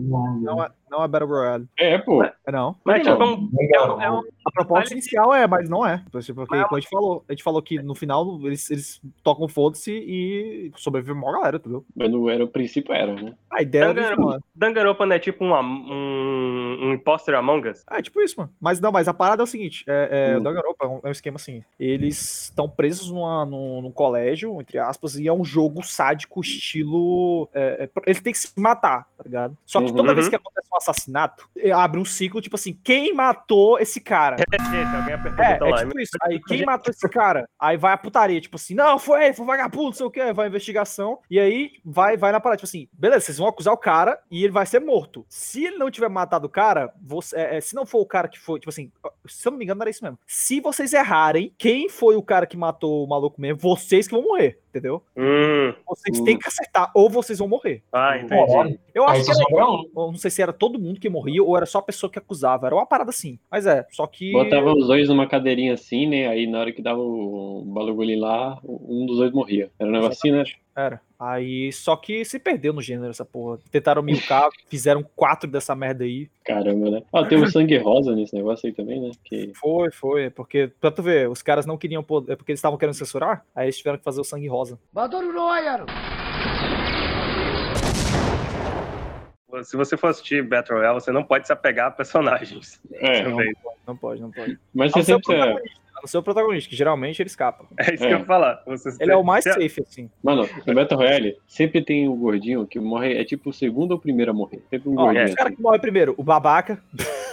Não é, Não é Battle Royale. É, pô. É não. Mas, tipo, é um, Legal. é um- A proposta inicial é, mas não é. Tipo, Porque, como a gente falou, a gente falou que no final eles, eles tocam foda-se e sobrevive uma galera, entendeu? Mas não era o princípio, era, né? A ideia Danganronpa. original, né? Danganronpa não é tipo um, am- um, um imposter Among Us? Ah, é tipo isso, mano. Mas não, mas a parada é o seguinte: é, é, Hum. o Danganronpa é um, é um esquema assim. Eles estão presos numa, num, num colégio, entre aspas, e é um jogo sádico, estilo. É, é, eles têm que se matar, tá ligado? Só que toda Uhum. vez que acontece um assassinato, é, abre um ciclo, tipo assim, quem matou esse cara? Gente, alguém apertou o É, botão Então, é lá. tipo isso. Aí quem matou esse cara? Aí vai a putaria, tipo assim, não, foi ele, foi um vagabundo, não sei o quê, vai a investigação, e aí vai, vai na parada, tipo assim, beleza, vocês vão acusar o cara e ele vai ser morto. Se ele não tiver matado o cara, você, é, é, se não for o cara que foi, tipo assim, se eu não me engano, era isso mesmo. Se vocês errarem, quem foi o cara que matou o maluco mesmo, vocês que vão morrer, entendeu? Hum, Vocês Hum. têm que acertar, ou vocês vão morrer. ah, entendi. Caralho, Eu Aí acho que só era, sobrou um. eu não sei se era todo mundo que morria ou era só a pessoa que acusava, era uma parada assim. Mas é, só que. Botava os dois numa cadeirinha assim, né? Aí na hora que dava o balugulho lá, um dos dois morria. Era um negócio assim, né? Era. Aí, só que se perdeu no gênero essa porra. Tentaram milcar, fizeram quatro dessa merda aí. Caramba, né? Ó, tem um sangue rosa nesse negócio aí também, né? Que... Foi, foi. Porque, pra tu ver, os caras não queriam poder, é porque eles estavam querendo censurar, aí eles tiveram que fazer o sangue rosa. Se você for assistir Battle Royale, você não pode se apegar a personagens. É, também. Não pode, não pode. mas Ao você seu sempre. é, protagonista, ao seu protagonista, que geralmente ele escapa. É isso É. que eu ia falar. Você, Ele é o mais você- safe, assim. Mano, no Battle Royale, sempre tem o gordinho que morre. É tipo o segundo ou o primeiro a morrer. Sempre um Ó, é, gordinho. os caras que morrem primeiro, o babaca.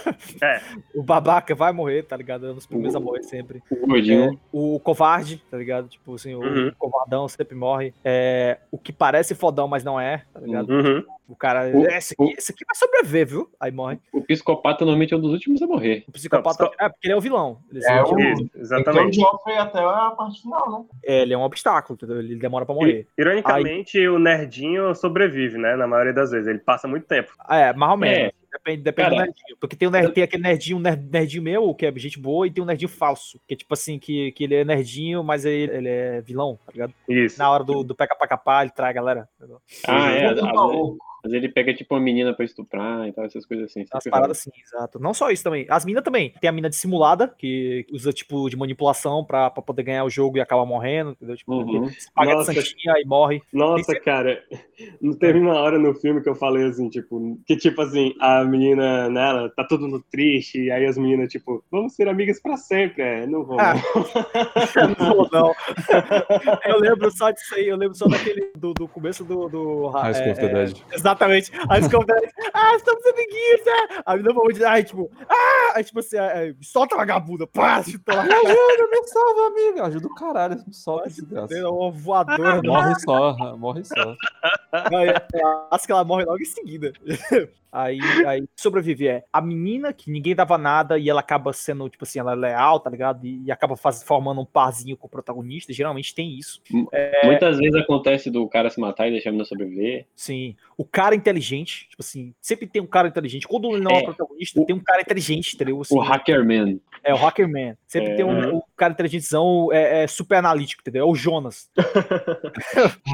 É. *laughs* o babaca vai morrer, tá ligado? É um dos primeiros a morrer sempre. assim, o é? gordinho. o covarde, tá ligado? Tipo assim, o Uhum. covardão sempre morre. É, o que parece fodão, mas não é, tá ligado? Uhum. O cara, O- "É, esse, aqui, esse aqui vai sobreviver, viu? Aí morre. O psicopata normalmente é um dos últimos a morrer. O psicopata. Não, É, porque ele é o vilão. Ele, É, é, o- Isso, Então o exatamente. Joffrey até a parte final, né? é, ele é um obstáculo, entendeu? Ele demora pra morrer. Ironicamente, o nerdinho sobrevive, né? Na maioria das vezes. Ele passa muito tempo. Ah, É, mais ou menos. É. Depende, depende do Cara, nerdinho. Porque tem, o ner- tem aquele nerdinho, ner- nerdinho meu, que é gente boa, e tem um nerdinho falso. Que é tipo assim, que, que ele é nerdinho, mas ele, ele é vilão, tá ligado? Isso. Na hora do, do pega pra capar, ele trai a galera. entendeu? Ah, é. Todo às- mundo maluco. Mas ele pega tipo uma menina pra estuprar e tal, essas coisas assim. As sempre paradas assim, exato. Não só isso também. As minas também. Tem a mina dissimulada, que usa tipo de manipulação pra, pra poder ganhar o jogo e acaba morrendo, entendeu? Tipo, rola. Uhum. paga de Nossa. santinha e morre. Nossa, Tem cara, não teve uma hora no filme que eu falei assim, tipo, que tipo assim, a menina nela tá todo mundo triste, e aí as meninas, tipo, vamos ser amigas pra sempre, é, não vamos. Ah. *laughs* Não vou, não. Eu lembro só disso aí, eu lembro só daquele do, do começo do. do é, High School of the Dead. Exatamente. Aí os convidados, ah, estamos amiguinhos, né? Aí não vamos dizer, ai, tipo, ah, aí tipo assim, aí, solta vagabunda, pá, *laughs* chuta lá, ajuda, me salva, amigo. Ajuda o caralho, me salva, desgraça. deu É uma voadora. Ah, né? Morre só, morre só. Aí, eu Acho que ela morre logo em seguida. *laughs* Aí, aí sobrevive é a menina que ninguém dava nada e ela acaba sendo, tipo assim, ela é leal, tá ligado? E, e acaba faz- formando um parzinho com o protagonista. Geralmente tem isso. É. Muitas vezes acontece do cara se matar e deixar a menina sobreviver. Sim. O cara inteligente, tipo assim, sempre tem um cara inteligente. Quando ele não é, É. protagonista, O- tem um cara inteligente, entendeu? Assim, O É. Uhum. Hacker Man. É o Hackerman. Sempre tem um, um cara inteligentezão, é, é super analítico, entendeu? É o Jonas.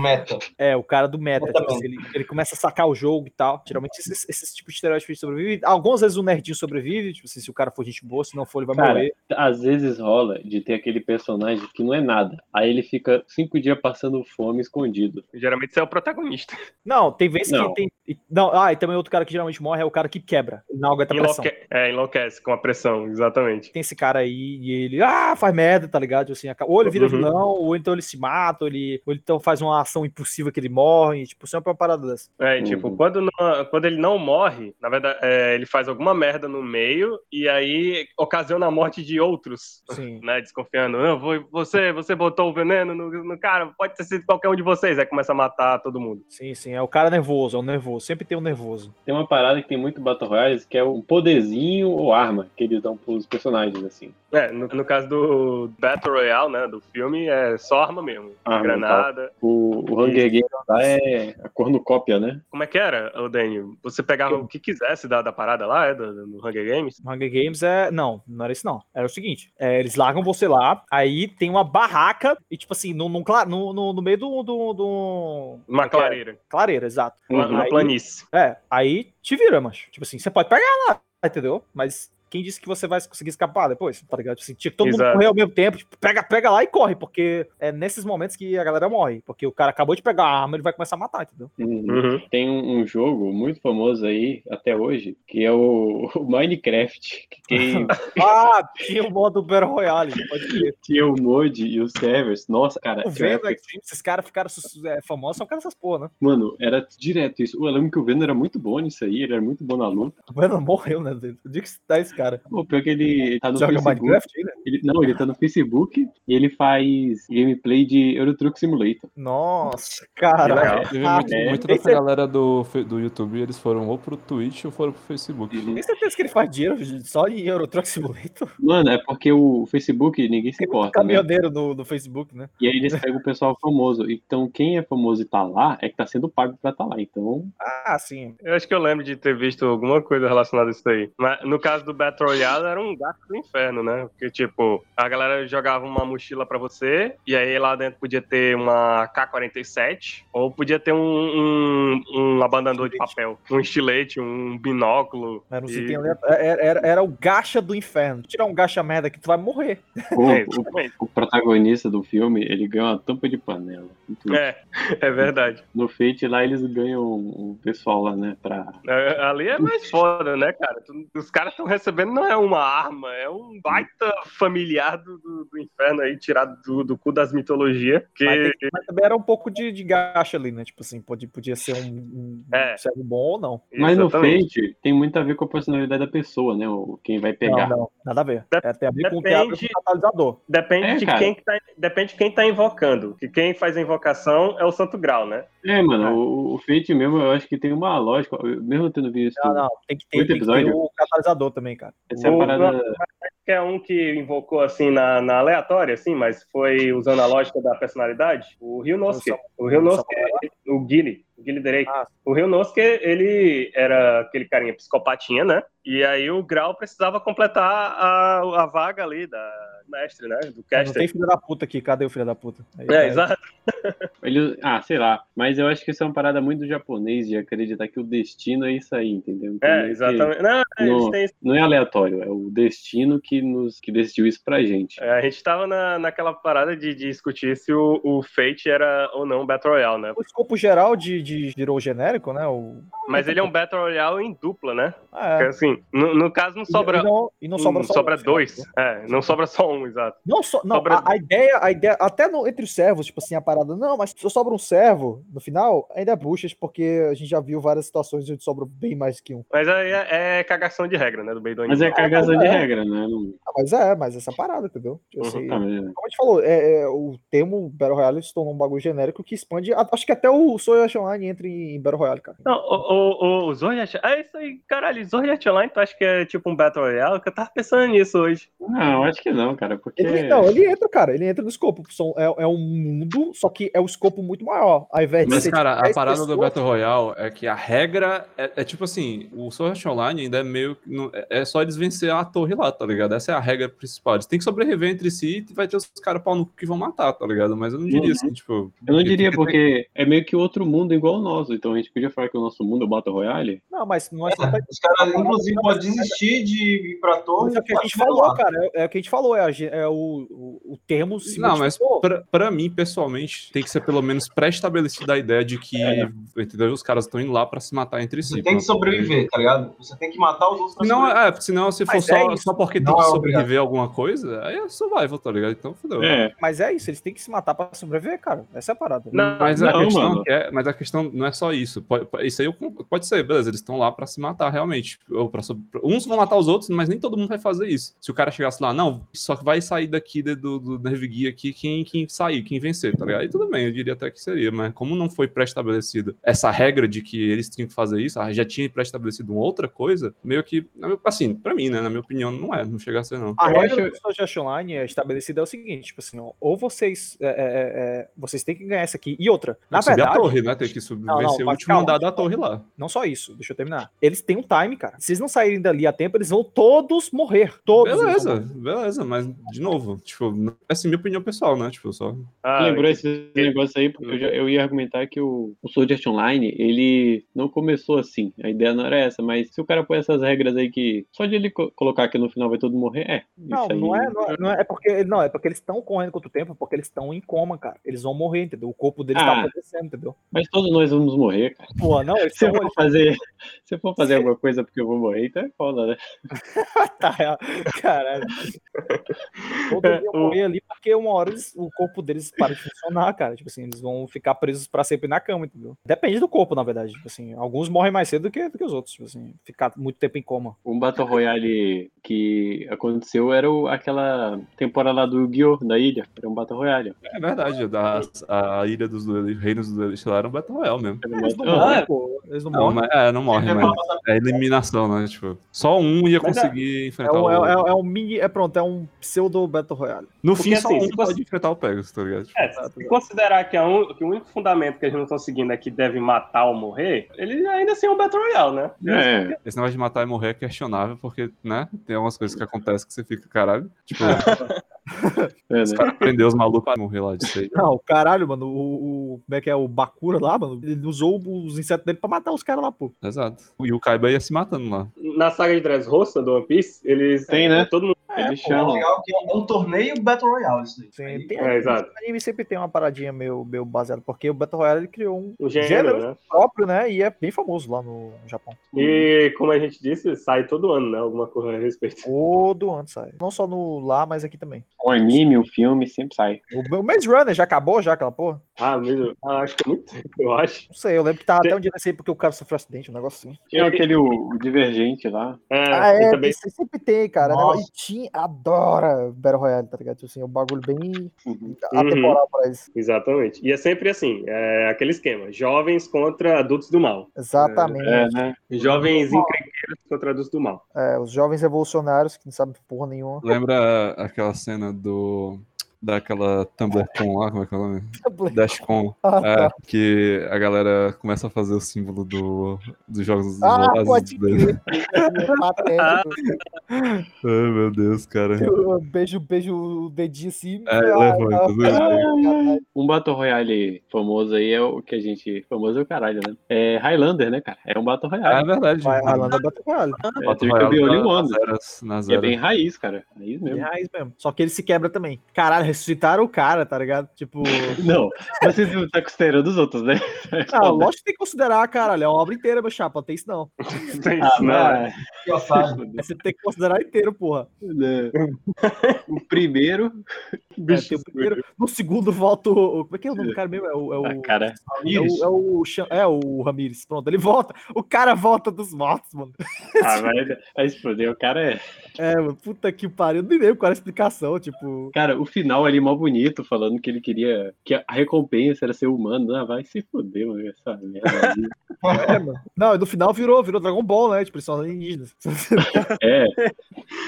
Meta. É, o cara do meta. Meta tipo assim, ele, ele começa a sacar o jogo e tal. Geralmente esses, esses tipos de estereótipos sobrevivem. Algumas vezes o nerdinho sobrevive, tipo assim, se o cara for gente boa, se não for, ele vai Cara, morrer. Às vezes rola de ter aquele personagem que não é nada. Aí ele fica cinco dias passando fome escondido. Geralmente você é o protagonista. Não, tem vezes Não. que tem. e- Não, ah, e também outro cara que geralmente morre é o cara que quebra. Não aguenta pressão. Enlouque... É, enlouquece com a pressão, exatamente. tem esse cara aí e ele ah, faz merda, tá ligado? Tipo Assim, aca- ou ele vira Uhum. vilão, ou então ele se mata, ou ele, ou ele então faz uma ação impossível que ele morre, tipo, sempre uma parada dessa. É, e, tipo, Uhum. quando, não- quando ele não morre, na verdade, é, ele faz alguma merda no meio e aí ocasiona a morte de outros. Sim. Né, desconfiando, não, vou- você, você botou o veneno no, no cara, pode ter sido qualquer um de vocês, aí começa a matar todo mundo. Sim, sim, é o cara nervoso, é o nervoso, sempre tem o nervoso. Tem uma parada que tem muito Battle Royales que é um poderzinho ou arma que eles dão pros personagens, assim. É, no, no caso do Battle Royale, né, do filme, é só arma mesmo, Arma e tal. granada. O, o Hunger Games lá é a cornucópia, né? Como é que era, o Daniel? Você pegava o que quisesse da, da parada lá, é, do, do Hunger Games? No Hunger Games é. Não, não era isso, não. Era o seguinte: é, eles largam você lá, aí tem uma barraca, e tipo assim, no, no, cla- no, no, no meio do, do, do. Uma Aquela- clareira, Clareira, exato. Uhum. uma, uma Aí- planície. É, aí te vira, macho. Tipo assim, você pode pegar lá, entendeu? Mas quem disse que você vai conseguir escapar depois, tá ligado? Tipo assim, tinha que todo mundo Exato. correr ao mesmo tempo, tipo, pega, pega lá e corre, porque é nesses momentos que a galera morre. Porque o cara acabou de pegar a arma, ele vai começar a matar, *laughs* entendeu? Uhum. Uhum. Tem um, um jogo muito famoso aí, até hoje, que é o, o Minecraft, que *laughs* tem, Ah, tinha o modo Battle Royale, pode crer. tinha o mod e os servers. Nossa, cara, O eu Venom, era- Extreme, esses caras ficaram sus- é, famosos, são caras dessas porra, né? mano, era direto isso. Eu lembro que o Venom era muito bom nisso aí, ele era muito bom na luta. O Venom morreu, né? Eu digo que tá esse cara. O pior é que ele, ele tá no Joga Facebook. Minecraft aí, né? Ele, não, ele tá no Facebook e ele faz gameplay de Euro Truck Simulator. Nossa, legal. cara. Teve Ah, muito, é. muito dessa Esse é- galera do, fe- do YouTube, eles foram ou pro Twitch ou foram pro Facebook. Tem certeza que ele faz dinheiro só em Euro Truck Simulator? Mano, é porque o Facebook ninguém se Tem muito importa, né? caminhoneiro no, no Facebook, né? E aí eles pegam o pessoal famoso. Então, quem é famoso e tá lá é que tá sendo pago pra tá lá. *laughs* Então, Ah, sim. Eu acho que eu lembro de ter visto alguma coisa relacionada a isso daí. Mas no caso do Battle Royale, era um gato do inferno, né? Porque, tipo, a galera jogava uma mochila pra você, e aí lá dentro podia ter uma K-47, ou podia ter um, um, um abanador de papel, um estilete, um binóculo. Era, um E- item aleatório. era, era, era o gacha do inferno. Tirar um gacha merda aqui, tu vai morrer. bom, É, o, exatamente. o protagonista do filme, ele ganha uma tampa de panela. Muito- *laughs* É, é verdade. No Fate lá, eles ganham o pessoal lá, né? Pra... É, Ali é mais foda, né, cara? Tu- Os caras estão recebendo não é uma arma, é um baita familiar do, do- do inferno aí, tirado do, do cu das mitologias. Que... Mas, tem que- mas também era um pouco de, de gacha ali, né? Tipo assim, pode, podia ser um, um É. servo bom ou não. Mas no Exatamente. Fate tem muito a ver com a personalidade da pessoa, né? O, quem vai pegar. Não, não, nada a ver. Dep- É, tem a ver com o depende- teatro do catalisador. Depende, É, de cara. quem que tá, depende de quem tá invocando. Que quem faz a invocação é o Santo Grau, né? É, mano, É. O, o Fate mesmo, eu acho que tem uma lógica. eu- Mesmo tendo visto Não, não, tem que ter, Oito tem que ter episódios? o catalisador também, cara. essa é a o- parada. Que é um que invocou assim na, na aleatória, assim, mas foi usando a lógica da personalidade. O Ryunosuke. O Sam- O Ryunosuke, o Guile, o Guile Drake. um Ah. O Ryunosuke, ele era aquele carinha psicopatinha, né? E aí o Grau precisava completar a, a vaga ali da mestre, né? Do Não caster. tem filho da puta aqui, cadê o filho da puta? Aí, É, aí- exato. Ele, ah, sei lá. Mas eu acho que isso é uma parada muito do japonês de acreditar que o destino é isso aí, entendeu? Então, meio É, que exatamente. Não, eles No- têm Não é aleatório, é o destino que nos que decidiu isso pra gente. É, a gente tava na, naquela parada de, de discutir se o, o Fate era ou não um Battle Royale, né? O escopo geral de, de virou genérico, né? O... Mas ele é um Battle Royale em dupla, né? Ah, Porque, é. assim, no, no caso não E sobra, não, e não sobra um, só sobra um, dois. né? É, não sobra só um, exato. Não, só, não Sobra- a, a ideia, a ideia, até no- entre os servos, tipo assim, a parada, não, mas se sobra um servo, no final, ainda é buchas, porque a gente já viu várias situações onde sobra bem mais que um. Mas aí é, é cagação de regra, né? Do meio do Mas é anime. cagação de regra, né? Não- Ah, mas é, mas essa parada, entendeu? Tipo assim, Ah, mas- Como a gente falou, é, é, o termo Battle Royale se tornou um bagulho genérico que expande. a- Acho que até o Soul Ash Online entra em em Battle Royale, cara. Não, o, o, o Zodiac. É isso aí, caralho. Zodiac Online, tu acha que é tipo um Battle Royale? Que eu tava pensando nisso hoje. Não, acho que não, cara, porque Ele, Não, ele entra, cara, ele entra no escopo. São- é, é um mundo, só que é um escopo muito maior. Ao invés de Mas, ser cara, a 10 parada do É pessoas- Battle Royale é que a regra é, é tipo assim: o Sword Art Online ainda é meio. que não- é- É só eles vencer a torre lá, tá ligado? Essa é a regra principal. Eles têm que sobreviver entre si e vai ter os caras pau no cu que vão matar, tá ligado? Mas eu não diria Uhum. assim, tipo. eu não diria porque é meio que outro mundo igual o nosso, então a gente podia falar que o nosso mundo é o Battle Royale. Não, mas não é só Os caras, inclusive, podem desistir de ir pra torre. Mas é o que a gente vai falou, lá. cara. É, é o que a gente falou, é, a gen- é o, o, o termo se não, mas multiplicou. pra, pra mim, pessoalmente, tem que ser pelo menos pré-estabelecida a ideia de que entendeu? os caras estão indo lá pra se matar entre si. Você tem que pronto. sobreviver, tá ligado? Você tem que matar os outros pra Senão, sobreviver. é, porque senão se for Mas só, é isso. só porque tem Não é que obrigado. sobreviver a alguma coisa, aí é survival, tá ligado? Então fodeu. É, mas é isso, eles têm que se matar pra sobreviver, cara. Essa é a parada. Não, Mas, a não, questão mano. que é- mas a questão não é só isso. Pode, pode- isso aí eu con- pode ser, beleza, eles estão lá pra se matar realmente. Ou pra sobre- Uns vão matar os outros, mas nem todo mundo vai fazer isso. Se o cara chegasse lá, não, só que vai vai sair daqui de- do, do Nerve Guia aqui quem, quem sair, quem vencer, tá ligado? E tudo bem, eu diria até que seria, mas como não foi pré-estabelecida essa regra de que eles tinham que fazer isso, ah, já tinha pré-estabelecido uma outra coisa, meio que, na meu- assim, pra mim, né, na minha opinião, não é, não chega a ser, não. A Eu regra do Social Justice Online é estabelecida é o seguinte, tipo assim, ó, ou vocês, é, é, é, vocês têm que ganhar essa aqui e outra. Na subir verdade, a torre, né? Tem que subir, Não, não, vencer o mas último calma. andar da torre lá. não só isso, deixa eu terminar. Eles têm um time, cara. Se eles não saírem dali a tempo, eles vão todos morrer. Todos. eles vão Beleza, beleza, mas de novo, tipo, assim, minha opinião pessoal, né? Tipo, só. Ah, Lembrou esse negócio aí, porque eu, já- eu ia argumentar que o, o Sword Art Online, ele não começou assim. A ideia não era essa, mas se o cara põe essas regras aí que só de ele co- colocar que no final vai todo morrer, é. Não, isso aí- não é, não é, não é- é porque não é porque eles estão correndo contra o tempo, é porque eles estão em coma, cara. Eles vão morrer, entendeu? O corpo deles Ah. tá apodrecendo, entendeu? Mas todos nós vamos morrer, cara. Pô, não, eles Se estão eu for fazer, *laughs* se eu for fazer alguma coisa porque eu vou morrer, então é foda, né? tá, caralho. Todos iam o- morrer ali porque uma hora eles- o corpo deles para de funcionar, cara. Tipo assim, eles vão ficar presos pra sempre na cama, entendeu? Depende do corpo, na verdade. Tipo assim, alguns morrem mais cedo do que, do que os outros, tipo assim, ficar muito tempo em coma. Um Battle Royale que aconteceu era o- aquela temporada lá do Guiô, da ilha. Era um Battle Royale. É verdade, a, a ilha dos duelistas, reinos dos duelistas lá era um Battle Royale mesmo. Era um Eles não Battle Royale. morrem, pô. Eles não Não, morrem. mas, é, não morre, Até mas pra passar- é eliminação, né? Tipo, só um ia Mas é- conseguir É enfrentar um, o é, outro. é- é um mini. É pronto, é um pseudo Battle Royale. No Porque, fim, só assim, um se fosse- pode enfrentar o Pegasus, tá ligado? Tipo, É, se considerar que, a un- que o único fundamento que eles não estão seguindo é que deve matar ou morrer, ele ainda assim é um Battle Royale, né? É, Esse negócio de matar e morrer é questionável, porque, né? Tem algumas coisas que acontecem que você fica, caralho. Tipo, é, né? os caras prenderam os malucos a morrer lá de seio. Não, caralho, mano, o, o- Como é que é? O Bakura lá, mano, ele usou os insetos dele pra matar os caras lá, pô. Exato. E o Kaiba ia se matando lá. Na saga de Dressrosa do One Piece, eles... Tem, né? Todo mundo... Eles Pô, é chamam. legal que é um torneio Battle Royale isso daí. Sim, Aí, assim, tem, É, exato. O anime sempre tem uma paradinha meio, meio baseada, porque o Battle Royale ele criou um O gênero, Gênero. né? próprio, né? E é bem famoso lá no Japão. E, como a gente disse, sai todo ano, né? Alguma coisa a respeito. *laughs* Todo ano sai. Não só no lá, mas aqui também. Um anime, um filme, sempre sai. O, o Maze Runner já acabou, já aquela porra? Ah, mesmo. Ah, acho que é muito tempo, eu acho. Não sei, eu lembro que tava Tem- até um dia desse aí porque o cara sofreu um acidente, um negócio assim. Tinha aquele o, o Divergente lá. É, ah, eu é, também... tem- sempre tem, cara. Nossa. Né? E Tim adora Battle Royale, tá ligado? Tipo Assim, é um bagulho bem Uhum. atemporal pra eles. Exatamente. E é sempre assim, é aquele esquema. Jovens contra adultos do mal. Exatamente. É, né? *laughs* Jovens encrenqueiros contra adultos do mal. É, os jovens revolucionários que não sabem porra nenhuma. *laughs* Lembra aquela cena do. Daquela TumblrCon lá, como é que é o nome? Dashcon. *laughs* Ah, É, tá. que a galera começa a fazer o símbolo do, dos jogos Ah, vorazes pode dele. crer. Patético. *laughs* Ai, meu Deus, cara. É Eu beijo, beijo o dedinho assim. É, levanta, ah, Um Battle Royale famoso aí é o que a gente. Famoso é o caralho, né? É Highlander, né, cara? É um Battle Ah, Royale. é verdade. vai né? ralando a Ah, Battle Royale. é, teve que abrir olho um ano. Nas E é eras. bem raiz, cara. Raiz De mesmo. raiz mesmo. Só que ele se quebra também. Caralho, ressuscitaram o cara, tá ligado? *laughs* Tipo. Não, mas vocês não tá considerando os outros, né? Ah, lógico que tem que considerar, caralho. É uma obra inteira, meu chapa. Não tem isso não. É, Ah, Não, mas- engraçado. Você tem que considerar inteiro, porra. né? O primeiro. É, tem o primeiro- no segundo volta o. Como é que é o nome do cara mesmo? É o. É o, Ah, cara. é o, é o, Chan- é o Ramires. Pronto, ele volta. O cara volta dos mortos, mano. Ah, mas aí se fodeu, o cara é. É, mano, puta que pariu. Nem lembro qual era a explicação. Tipo. Cara, o final ali mó bonito, falando que ele queria. Que a recompensa era ser humano. Ah, vai se foder, mano. Essa merda aí. É, mano. Não, e no final virou, virou Dragon Ball, né? Tipo, eles são alienígenas. *laughs* É,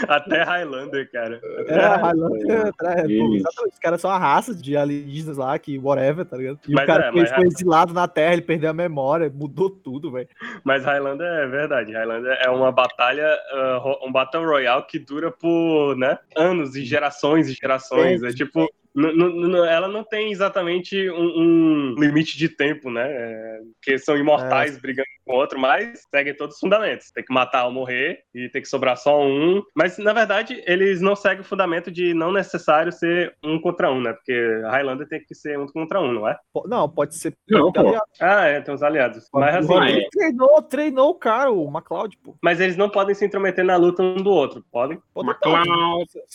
até Highlander, cara. É, Highlander, é, é, pô, Isso. exatamente. Os caras são uma raça de alienígenas lá, que whatever, tá ligado? E Mas o cara é, que mas foi é- exilado na Terra, ele perdeu a memória, mudou tudo, velho. Mas Highlander é verdade. Highlander é uma batalha, ah, ro- um Battle Royale que dura por né, anos e gerações e gerações. É tipo. n- n- n- ela não tem exatamente um, um limite de tempo, né? É, Porque são imortais brigando um com o outro, mas seguem todos os fundamentos. Tem que matar ou morrer e tem que sobrar só um. Mas, na verdade, eles não seguem o fundamento de não necessário ser um contra um, né? Porque Highlander tem que ser um contra um, não é? Po- Não, pode ser. Não, pô. aliado. Ah, é, tem os aliados. Mas assim, O Rodrigo treinou, treinou o cara, o McLeod, pô. Mas eles não podem se intrometer na luta um do outro, podem? Pode até, mas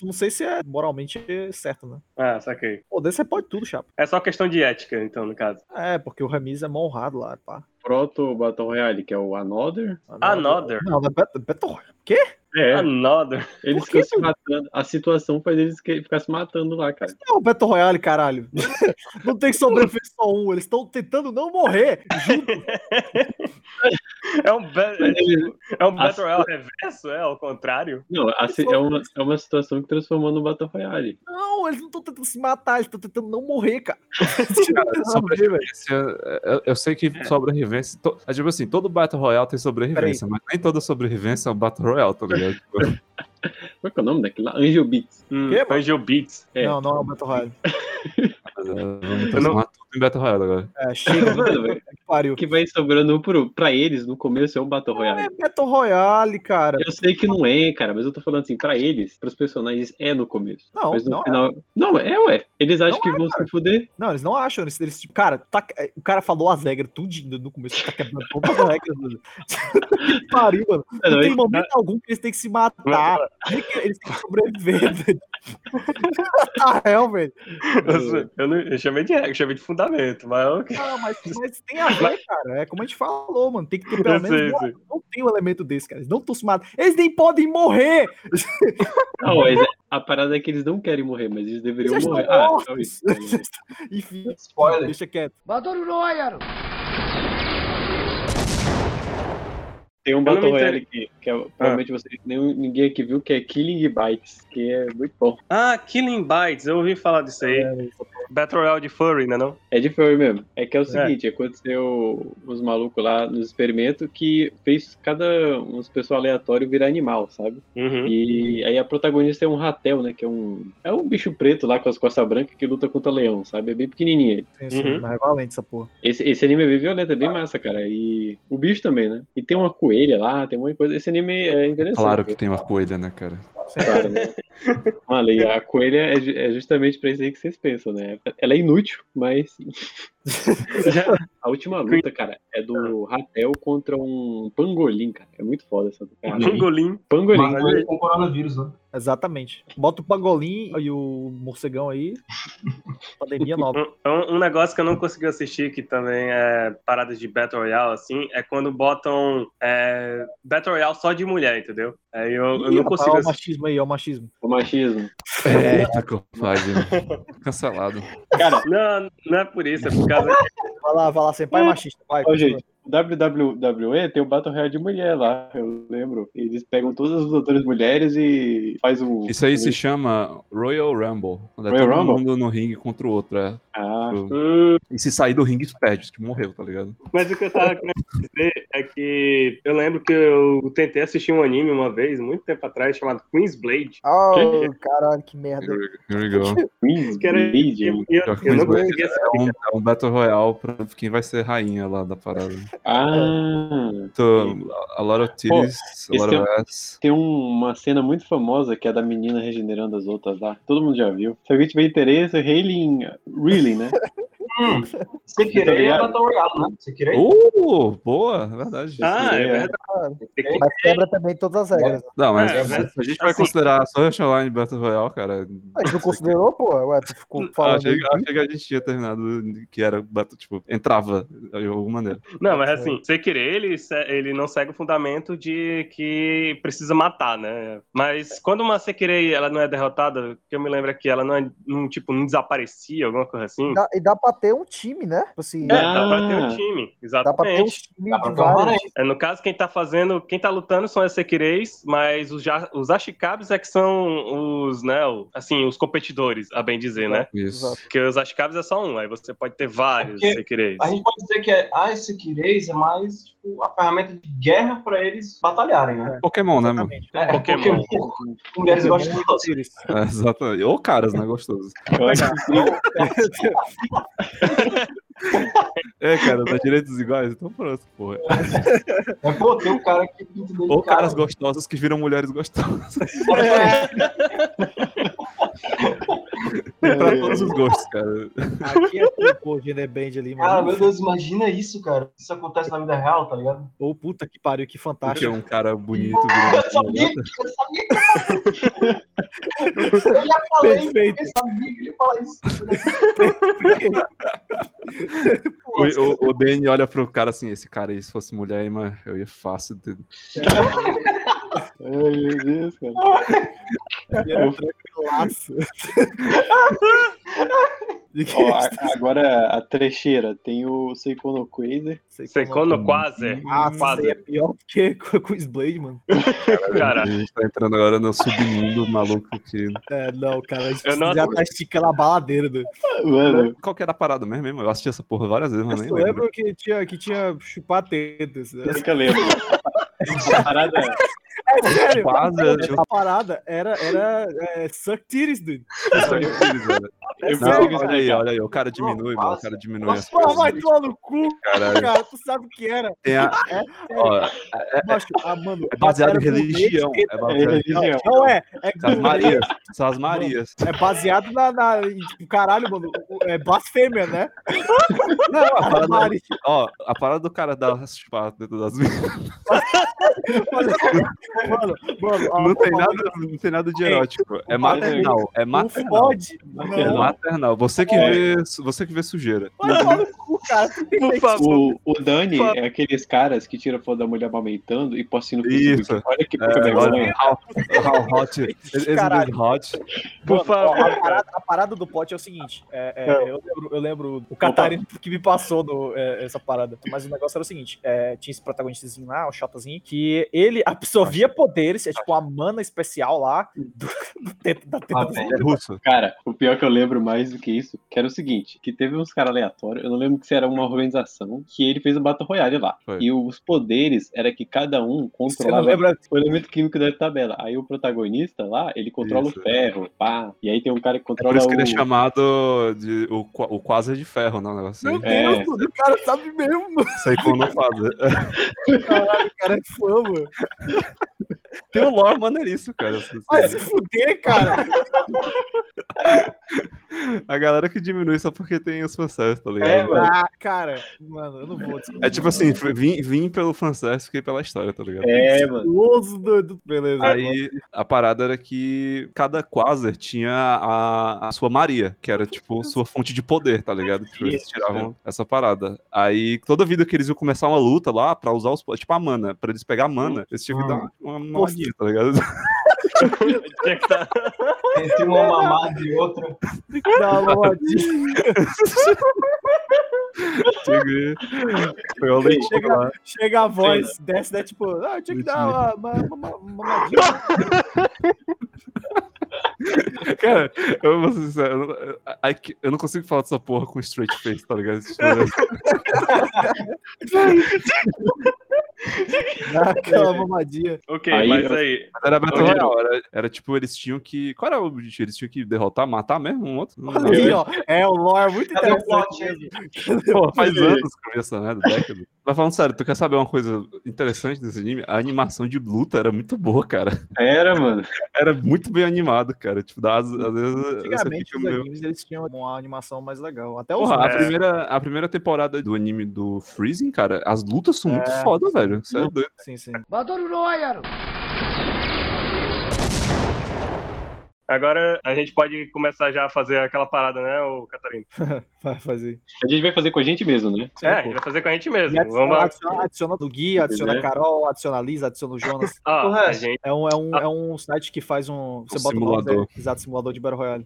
Não sei se é moralmente certo, né? Ah, saquei. Poder você pode tudo, chapa. É só questão de ética, então, no caso. É, porque o Ramiz é mó honrado lá, pá. Proto Battle Royale, que é o Another. Another. Não, não é Battle Royale. Quê? Ah, É, Another. eles Por que ficam se matando. A situação faz eles que- ficar se matando lá, cara. É o Battle Royale, caralho. *laughs* Não tem que sobreviver só um. Eles estão tentando não morrer. *laughs* É um, ba- é, tipo, é um Battle Royale reverso, é? Ao contrário? Não, a si- é, uma, é uma situação que transformou no Battle Royale. Não, eles não estão tentando se matar. Eles estão tentando não morrer, cara. só pra- Não, velho. Esse é- eu, eu sei É. que sobrevivência. To, é tipo assim, todo Battle Royale tem sobrevivência, mas nem toda sobrevivência é um Battle Royale, tá *laughs* ligado? Tipo, Como é que é o nome daquilo lá? Angel Beats. Hum, Que, mano? Angel Beats. É. não, não é o Battle Royale. mas, é, vamos transformar tudo em Battle Royale agora. É, *laughs* chega, Mano, tá velho, que pariu. o que vai sobrando um pro, pra eles no começo é o Battle Não é Royale. Battle Royale, cara. Eu sei que não é, cara, mas eu tô falando assim, pra eles, pros personagens é no começo. Não, mas no não é. final. Não, é, ué. Eles acham Não que vão se fuder. Não, eles não acham. Eles, eles, tipo, cara, tá- é, o cara falou as regras tudo no começo. Tá quebrando todas as regras. mano. *laughs* que pariu, mano. Não, Não tem eles- momento algum que eles têm que se matar. Nem que Eles têm que sobreviver, *laughs* velho. Tá hell, velho. *laughs* Eu, eu não- eu chamei de regra, eu chamei de fundamento, mas é ok. Ah, mas, mas tem a ver, cara. É como a gente falou, mano. Tem que ter pelo Eu sei, menos. eu sei. Não, não tem um elemento desse, cara. Eles não estão se matando. Eles nem podem morrer! Não, mas é- a parada é que eles não querem morrer, mas eles Eles deveriam já morrer. estão Ah, então mortos! isso. tá *laughs* Enfim, Spoiler. deixa quieto. Tem um não me Battle entendo. Royale que, que é, provavelmente vocês, nenhum, ninguém aqui viu, que é Killing Bites, que é muito bom. Ah, Killing Bites, eu ouvi falar disso aí. Battle Royale de Furry, né não? É de filme mesmo. É que é o seguinte, aconteceu os malucos lá nos experimentos que fez cada uns pessoal aleatório virar animal, sabe? *laughs* Uhum. E aí a protagonista é um ratel, né? Que é um. É um bicho preto lá com as costas brancas que luta contra leão, sabe? É bem pequenininho. Tem isso, Uhum. Não é valente essa porra. Esse, esse anime é bem violento, é bem massa, cara. E o bicho também, né? E tem uma coelha lá, tem uma coisa. Esse anime é interessante. Claro que tem uma coelha, né, cara? Claro, né? *laughs* Mano, e a coelha é, ju- é justamente pra isso aí que vocês pensam, né? Ela é inútil, mas. *laughs* a última luta, cara, é do Ratel contra um pangolim, cara. É muito foda essa luta. Cara. Pangolim. Pangolim. Mas- Mas com o coronavírus, né? Exatamente. Bota o pangolim e o morcegão aí. Pandemia nova. Um, um- um negócio que eu não consegui assistir, que também é parada de Battle Royale, assim, é quando botam é, Battle Royale só de mulher, entendeu? Aí *laughs* eu, eu Ih, não rapaz, consigo Olha assistir. o É. machismo aí, olha o machismo. O machismo. Eita, covarde. *laughs* Cancelado. Cara, Não, não é por isso, é por causa Vai lá, vai lá, sem pai machista. Vai, ó, continua. gente. o WWE tem o Battle Royale de mulher lá, eu lembro. Eles pegam todas as lutadoras mulheres e faz um o. Isso aí se chama Royal Rumble. Quando é Royal todo Rumble? mundo no ringue contra o outro. É. Ah, E se sair do ringue, perde, que morreu, tá ligado? Mas o que eu tava querendo dizer é que eu lembro que eu tentei assistir um anime uma vez, muito tempo atrás, chamado Queen's Blade. Oh, caralho, que merda. Here we go. Queen's Que era- Blade, E eu, eu não consegui assistir. É um, é um Battle Royale pra quem vai ser rainha lá da parada. Ah. Então, a lot of titties, a lot esse of ass. Tem um- uma cena muito famosa que é da menina regenerando as outras lá. Todo mundo já viu. Se alguém tiver interesse, Hailing Reeling, né? Sem Tá querer é ligado? Battle Royale, né? Sem querer. Uh, boa, é verdade. Ah, é É. verdade. Tem que- Mas quebra também todas as regras. Não, mas É, se a gente vai assim- considerar só Rush Online Battle Royale, cara. A gente não considerou, pô. Ué, tu Ah, ficou Eu falando. achei, eu achei que a gente tinha terminado que era, battle- tipo, entrava de alguma maneira. Não, mas assim, sem querer, ele, se- ele não segue o fundamento de que precisa matar, né? Mas quando uma sem querer ela não é derrotada, o que eu me lembro é que ela não é, não, tipo, não desaparecia, alguma coisa assim. E dá, e dá pra ter um time, né? Tipo assim, É, dá pra ter um Ah. time, dá pra ter um exatamente. time Dá de pra tomar, né? vários. É, no caso, quem tá fazendo, quem tá lutando são as Sekireis, mas os, ja- os Ashikabs é que são os, né, o- assim, os competidores, a bem dizer, né? Isso. Exato. Porque os Ashikabs é só um, aí você pode ter vários É porque- Sekireis. A gente pode dizer que é, ah, esse Kireis é mais tipo, a ferramenta de guerra pra eles batalharem, né? Pokémon, né, mano? É, Pokémon. Mulheres gostam de todos. É, *laughs* exatamente. Ou caras, né? Gostoso. Eu acho que É, cara, dá direitos iguais, então pronto, porra. É, pô, tem um cara que pinta dentro Ou do cara. caras gostosos que viram mulheres gostosas. *laughs* Tem *laughs* pra todos os gostos, cara. Aqui é tudo, pô, Gene Band ali, Cara, mano. meu Deus, imagina isso, cara. Isso acontece na vida real, tá ligado? Ô, puta que pariu, que Porque fantástico. um cara bonito virou *laughs* Eu sabia, eu sabia, cara. Eu já falei, Perfeito. eu sabia que ele ia falar isso. O, o, o Danny olha pro cara assim, esse cara aí, se fosse mulher, aí, mano, eu ia fácil. ter- Ai, meu Deus, cara. Nossa. Ó, a- agora a trecheira tem o Seikono Quasar. Secondo quase. um Ah, quase. é. você é pior que com com o Sblade, mano. Cara, A gente tá entrando agora no submundo maluco que. É, não, cara, a gente Eu não já tá esticando a baladeira, né? Mano, Qual que era a parada mesmo, mesmo? Eu assisti essa porra várias vezes, mas Eu nem só lembro. lembro que tinha, que tinha chupar tetas. Né? eu que eu lembro. A parada, É sério, Quase, eu- a parada era, era é, suck titties, dude. É eu assim, Não, sério, pesquisei, olha aí, olha aí. O cara diminui, mano. O cara diminui as Pô, vai coisas. tomar no cu, Caralho. cara. Tu sabe o que era. Tem a- É, ó, Macho, ah, mano, é baseado em era gourmet de religião. teta. É cara. baseado É em religião. Não é, é Essas gourmet. Marias. Essas Marias. É baseado na, na- em, tipo, caralho, mano, é blasfêmia, né? Não, a parada, Mari, ó, a parada do cara dar as chupadas dentro das minas. mano, mano, ó, Não tem ó, um nada, não tem nada de erótico. É né? maternal. É Não maternal. fode. É Não, maternal. Você que É. vê, você que vê sujeira. vai tomar no cu, cara. Tu tem por que- favor. O, o Dani é aqueles caras que tiram foto da mulher amamentando e postam no Facebook. Isso. Olha que É, pouca vergonha. olha, how, how *laughs* hot. Isn't it né? Caralho. hot? Por Ó, favor. a, parada, a parada do pote é o seguinte, é, é, eu, lembro, eu lembro o Catarino que me passou no, é, essa parada, mas o negócio era o seguinte, é, tinha esse protagonistazinho lá, o Chotazinho, que ele absorvia poderes, é tipo uma mana especial lá, do, do teto- da teta Ah, do- velho. É russo. Cara, o pior que eu lembro mais do que isso, que era o seguinte, que teve uns caras aleatórios, eu não lembro que se era uma organização, que ele fez o Battle Royale lá. Foi. E os poderes era que cada um Você não controlava lembra? o elemento químico da tabela. Aí o protagonista lá, ele controla Isso. o ferro, pá. E aí tem um cara que É controla por isso que ele é o... chamado de o, qua- o quase de ferro, não, o negócio Meu assim. É. Deus, mano, o cara sabe mesmo, mano. Isso aí quando né? eu falo. caralho, o cara é fã, mano. Tem um lore maneiriço, cara. Vai se fuder, cara. A galera que diminui só porque tem os processos, tá ligado? É, mano. Ah, cara, mano, eu não vou desculpa. É tipo assim, fui- vim, vim pelo fanservice, fiquei pela história, tá ligado? É, mano. Oso doido. Beleza. Aí a parada era que cada quasar tinha a, a sua Maria, que era tipo sua fonte de poder, tá ligado? Tipo, eles Isso. é. tiravam essa parada. Aí toda vida que eles iam começar uma luta lá pra usar os. po- Tipo a mana, pra eles pegar a mana, eles tinham que Hum. dar uma, uma Poxa. magia, tá ligado? é Tinha que tá- Entre uma mamada e outra. *laughs* Dá uma olhadinha. *laughs* Tinha que- Foi o leitinho lá. Chega a voz, desce, né? Tipo, ah, eu tinha que dar uma, uma, uma, uma mamadinha. *laughs* Cara, eu vou ser sincero, eu não- I ca- eu não consigo falar dessa porra com straight face, tá ligado? Tipo, *laughs* Dá aquela mamadinha. Ok, Aí, mas eu- aí. Era Battle Olha. Royale, era, era tipo, eles tinham que. Qual era o objetivo? Eles tinham que derrotar, matar mesmo um outro? Não lembro. Aí, ó, é o lore muito Cadê o interessante. plot? mesmo. Pô, faz anos que eu vi essa merda, década. Mas falando sério, tu quer saber uma coisa interessante desse anime? A animação de luta era muito boa, cara. *laughs* Era, mano. Era muito bem animado, cara. Tipo, dá- às, às vezes você Antigamente fica os meio... animes eles tinham uma animação mais legal. Até os é Porra, a É. primeira, a primeira temporada do anime do Freezing, cara, as lutas são muito É. foda, velho. Você é *laughs* doido. Sim, sim. Agora a gente pode começar já a fazer aquela parada, né, o Catarina? Vai fazer. A gente vai fazer com a gente mesmo, né? Sim, É, a pô. gente vai fazer com a gente E mesmo. Vamos adiciona, lá. adiciona, adiciona o Gui, adiciona a Entendeu? Carol, adiciona a Liz, adiciona o Jonas. Ó, Porra, a gente, É um, é um, é um site que faz um. Você Um bota o nome simulador. dele. Exato, simulador de Battle Royale.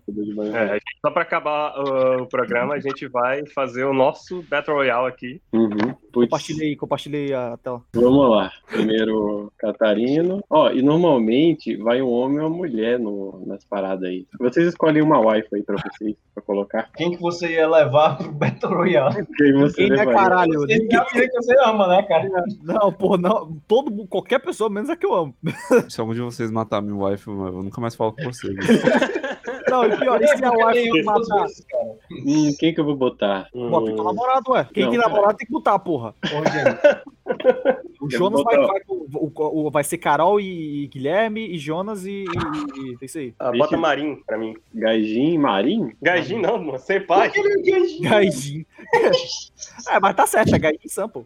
é, a gente- só pra acabar uh, o programa, a gente vai fazer o nosso Battle Royale aqui. Uhum. Putz. Compartilhei, compartilhei a tela. Vamos lá. Primeiro, Catarino. Ó, e normalmente vai um homem ou uma mulher no, nas paradas aí. Vocês escolhem uma wife aí pra vocês, pra colocar. Quem que você ia levar pro Battle Royale? Quem você Quem é levaria? caralho? Você é a menina que você ama, né, cara? Não, pô, não. Todo, mundo- qualquer pessoa, menos a que eu amo. Se algum de vocês matar minha wife, mano, eu nunca mais falo com vocês. Não, e pior, é e se a wife Eu matar? faço isso, cara. Hum, quem que eu vou botar? Hum, Bota teu namorado, ué. Quem Não, tem cara. namorado tem que botar, porra. Ô, gente, *laughs* O Eu Jonas vou vai, botar- vai, com- o- o- vai ser Carol e Guilherme e Jonas e. e, e é isso aí. Ah, bota Marim pra mim. Gajin Marim? Gajin não, mano, sem por pai. que ele é gay? Gaijin. é, mas tá certo, é Gaijin Sam, pô.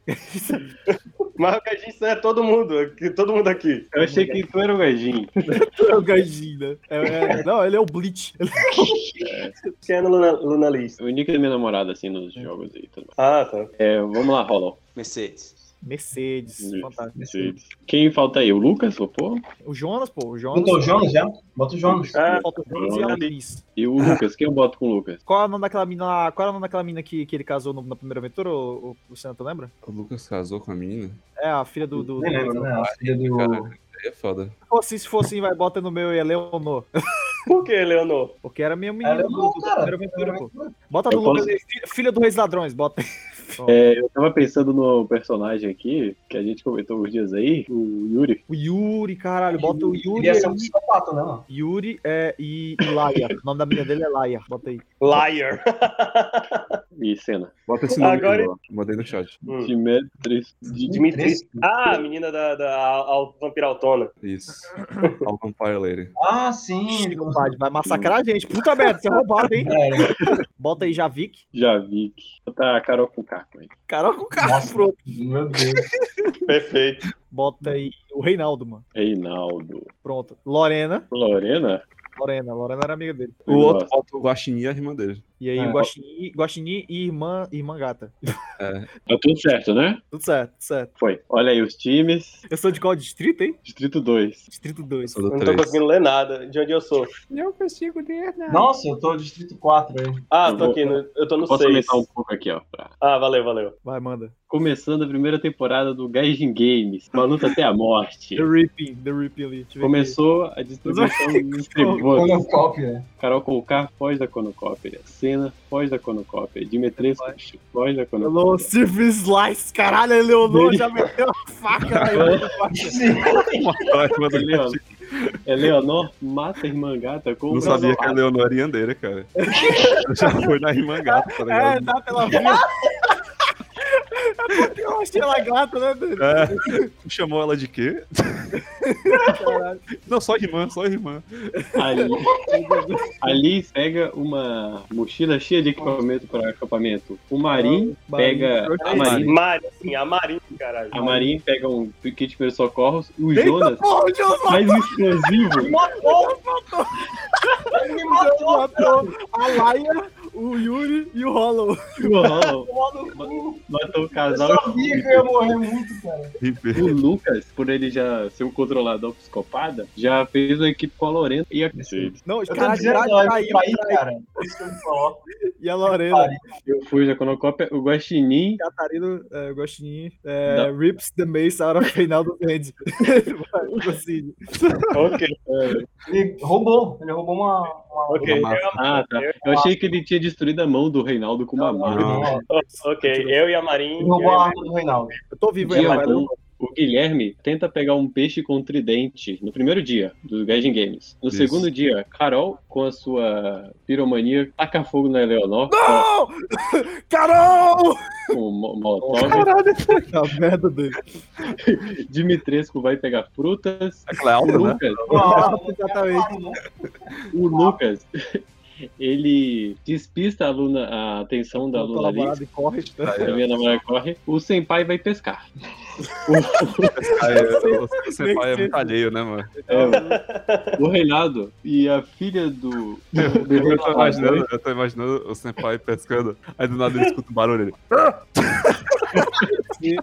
Mas o Gajin isso é todo mundo, aqui- todo mundo aqui. Eu achei que tu era o Gajin. É o Gaijin, né? É- é- não, ele é o Bleach. é Luciano Luna, Luna Liz. é É. O nick da minha namorada, assim, nos jogos aí. tudo mais. Ah, tá. É, vamos lá, Hollow. Mercedes. Mercedes, Isso. fantástico. Quem falta aí? O Lucas, o pô? O Jonas, pô, o Jonas. Botou Então, o Jonas já? Bota o Jonas. Ah, É, Falta o Jonas e a Luiz. E o Lucas, quem eu boto com o Lucas? Qual é o nome daquela mina lá? Qual é o nome daquela mina que, que ele casou no- na primeira aventura, ô, ô, Luciano, tu lembra? O Lucas casou com a menina? É, a filha do. do, Nem do- lembro, né? A filha do. Cara, aí é foda. Se fosse, se fosse, vai, bota no meu e é Leonor. Por que, Leonor? Porque era minha É, menina do, não, do- da cara. primeira aventura, pô. Bota do Eu posso- Lucas aí, filha- filha do Reis Ladrões, bota aí. É, eu tava pensando no personagem aqui, que a gente comentou uns dias aí, o Yuri. O Yuri, caralho, bota o Yuri. Ele ia ser um aí. psicopata, né? mano? Yuri é, e, e Laia. O nome da menina dele é Laia. Bota aí. Liar. E Senna. Bota esse nome Agora- aqui, ó. Mandei no chat. Hum. Dimitris. Di- Dimitri. Ah, a menina da, da a, a vampira autona. Isso. *laughs* um Ao Vampire Lady. Ah, sim. Ih, compadre, vai massacrar a gente. Puta merda, você é roubado, hein? *laughs* É, Bota aí Javik. Javik. Tá a Carol com Caco aí. Carol com cara. Nossa. pronto. meu Deus. Perfeito. Bota aí o Reinaldo, mano. Reinaldo. Pronto. Lorena. Lorena? Lorena. Lorena era amiga dele. O outro falta o Guaxinim e a irmã dele. E aí É. o Guaxinim, Guaxinim e irmã, irmã gata. Tá tudo certo, né? Tudo certo, tudo certo. Foi. Olha aí os times. Eu sou de qual distrito, hein? Distrito 2. Distrito 2. Sou do Eu não tô três. conseguindo ler nada. De onde eu sou? Nossa, eu tô no distrito 4 aí. Ah, tô aqui. no- eu tô no Posso 6. aumentar um pouco aqui, ó. pra- Ah, valeu, valeu. Vai, manda. Começando a primeira temporada do Gaijin Games, uma luta até a morte. The Ripping, The Ripping ali. Deixa eu ver Começou a distribuição dos Quando tributos. eu copio, né? Carol Conká foge da Conocópia. Senna foge da Conocópia. Dimitrescu foge da aqui. Conocópia. Hello, Silver Slice. Caralho, a Leonor já meteu a faca na *laughs* irmã do Guaxinim. Ótima do *laughs* Leonor. Guaxinim. Eleonor mata a irmã gata com Não o sabia braço. que a Leonor era Yandeira, cara. Eu já foi na irmã gata, tá É, ligado? dá pela vida. *laughs* É porque eu achei ela gata, né, doido? É. Chamou ela de quê? Caralho. Não, só irmã, só irmã. Ali, Ali pega uma mochila cheia de equipamento para acampamento. O Marim é pega a Marim. Marim, a Marim, caralho. A Marim pega um kit de primeiros socorros. O Eita, né? Jonas porra, o Jonas faz *laughs* um explosivo. Ele me matou, matou a Laia, o Yuri e o Hollow. Uau, mano. Matou o Eu casal. sabia que eu ia morrer muito, cara. Ribeiro. O Lucas, por ele já ser um controlador psicopada, já fez uma equipe com a Lorena e a Cacete. Não, Eu tô caralho, dizendo, traiu, ó, eu traiu, traí, traiu. cara. Isso que eu me falo. E a Lorena, Eu fui da Conocópia, o Guaxinim. Catarino, é, Gostinho, é, rips the mace out of Reinaldo *laughs* Tipo assim, Band. Vai, Gostinho. Ok, Ele roubou. Ele roubou uma. uma... ok. Uma Eu- Ah, tá. Eu achei que ele tinha destruído a mão do Reinaldo com uma não. mão. uma- Ok, eu e a Marim. Ele roubou a arma do Reinaldo. Eu tô vivo Dia ainda, vai, né? bom, Leonor. o Guilherme tenta pegar um peixe com tridente no primeiro dia do Gaijin Games. No Isso. segundo dia, Carol, com a sua piromania, taca fogo na Eleonor Não! Carol! Tá com com o mo- molotov. Caralho, a merda *laughs* dele. Dimitrescu vai pegar frutas. Aquela é alta, né? Lucas, Ah, Exatamente. o Lucas, *laughs* ele despista a, aluna, a atenção da Tô aluna ali. laborado e corre. tá? É A minha namorada corre. O senpai vai *laughs* pescar. Aí, eu- eu- você Tem pai é que muito ser. alheio, né, mano? É, o- o Reinaldo e a filha do. do Eu tô Reinaldo, imaginando, eu tô imaginando o Senpai pescando, aí do nada ele escuta um barulho ele.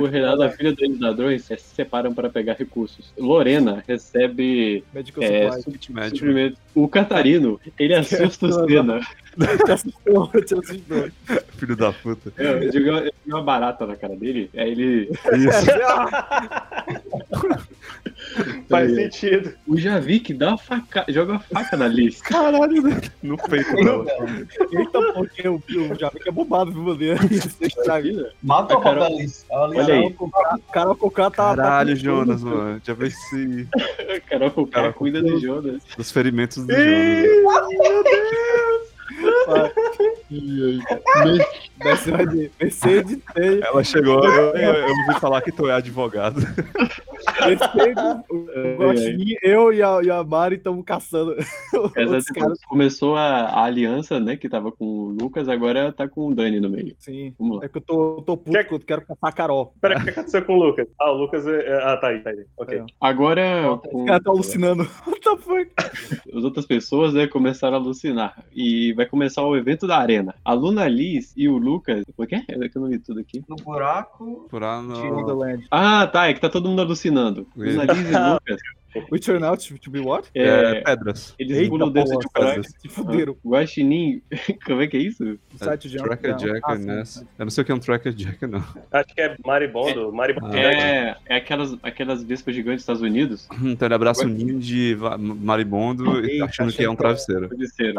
O Renato, a filha dos ladrões, se separam para pegar recursos. Lorena recebe Medical É, supply. Kit médico. suprimento. O Catarino, ele assusta *laughs* o Senna. *laughs* Te assustou, te assustou. Filho da puta. Eu eu joguei uma- eu joguei uma barata na cara dele, aí ele. Isso. Ah, Faz sentido. O Javik dá uma faca, joga uma faca na Liz. Caralho, né? No peito dela. Eita, porque o, o Javica é bombado, viu, *laughs* mano? é Mata A o papel Carol- Alice. Ela ali, Olha ela- aí. O cara com o cara tá. Caralho, tá com Jonas, tudo. mano. Já vê se Carol com o cara Carol com cuida do Jonas. dos ferimentos do Jonas. Mercedes, Mercedes tem. *laughs* Ela chegou, eu, eu, eu ouvi falar que tu é advogado. Perfeito. O Guaxinim, eu e a, e a Mari estamos caçando. Essa é Os caras. começou a, a aliança, né? Que tava com o Lucas, agora tá com o Dani no meio. Sim. Vamos lá. É que eu tô, eu tô puto, Quer- que eu quero caçar a Carol. Pera, o que aconteceu com o Lucas? Ah, o Lucas. é- é- Ah, tá aí, tá aí. Ok. É. Agora, Os com caras estão alucinando. *laughs* What the fuck? as outras pessoas, né, começaram a alucinar. E vai começar o evento da arena. A Luna Liz e o Lucas. Como é que é? É que eu não li tudo aqui. No buraco. Furar King no. of the Land. Ah, tá. É que tá todo mundo alucinando. Luna Liz e Lucas. We turn out to be what? É, É, pedras. eles pulam dentro de um porra. buraco. Pedras. Se fuderam. Guaxinim. *laughs* Como é que é isso? O site de Ah, Tracker Ah, Jacker, né? Eu não sei o que é um Tracker Jacker, não. *laughs* Acho que é Maribondo. Maribondo. né? É, é aquelas, aquelas vespas gigantes dos Estados Unidos. Então ele abraça um ninho de va- maribondo e tá Eita, achando que é um achando que travesseiro. Pode ser.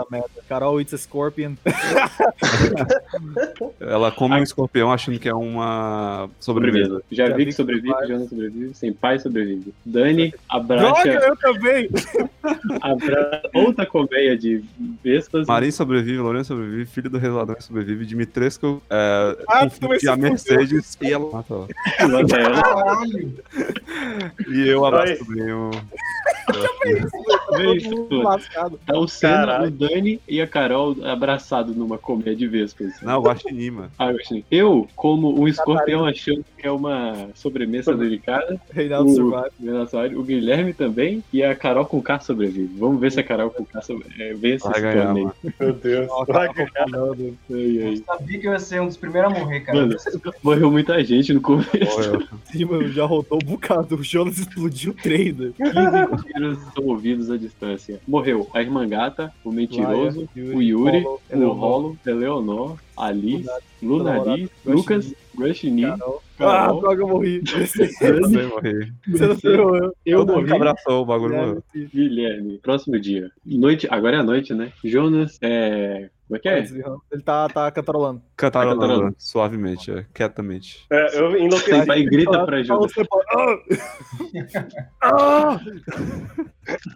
Carol, it's a scorpion. Ela come um escorpião achando que é uma sobremesa. Sobrevivendo. Já, vi que sobrevive, faz. já não sobrevive, sem pai sobrevive. Dani Droga, abraça, eu também! abraça outra colmeia de vespas. Marim sobrevive, Lourenço sobrevive, filho do Reladão sobrevive, Dimitrescu é, Ah, tu vai e se a fuder. Mercedes e ela mata ela. e mata ela. Caralho. E eu abraço Aí. também o. Vê isso Todo mundo tudo. lascado. Tá o Senna, Caralho. o Dani e a Carol abraçados numa colmeia de vespas. Não, o Guaxinim, *laughs* mano. Ah, eu achei. Eu, como um escorpião achando que é uma sobremesa delicada, Reinaldo o, Survive. o Guilherme também e a Carol com K sobrevive. Vamos ver se a Carol com K sobre- é, vence Vai esse ganhar, torneio. mano. Meu Deus. Vai, tá cara. Ai, Eu ai. sabia que eu ia ser um dos primeiros a morrer, cara. Mano, morreu muita gente no começo. Morreu. Sim, mano, já rodou um bocado. O Jonas explodiu o trem, né? 15 tiros são ouvidos à distância. Morreu a irmã gata, o mentiroso, o Yuri, Paulo, é o Eleonor, Rolo, Eleonor, Alice, Lunari, namorado, Lucas, Gushini, Carol. Ah, Carol, droga, eu morri. *laughs* Você Também morri. você não Guilherme, ferrou, eu. eu Todo mundo que morri. abraçou o bagulho, mano. Guilherme, próximo dia. Noite, agora é a noite, né? Jonas, é. Como é que é? Ele tá, tá cantarolando. Cantaram Cantarolando. mano, suavemente, é, quietamente. É, eu Ele enlouqueci. vai e grita pra Tá Jonas. você fala, ah!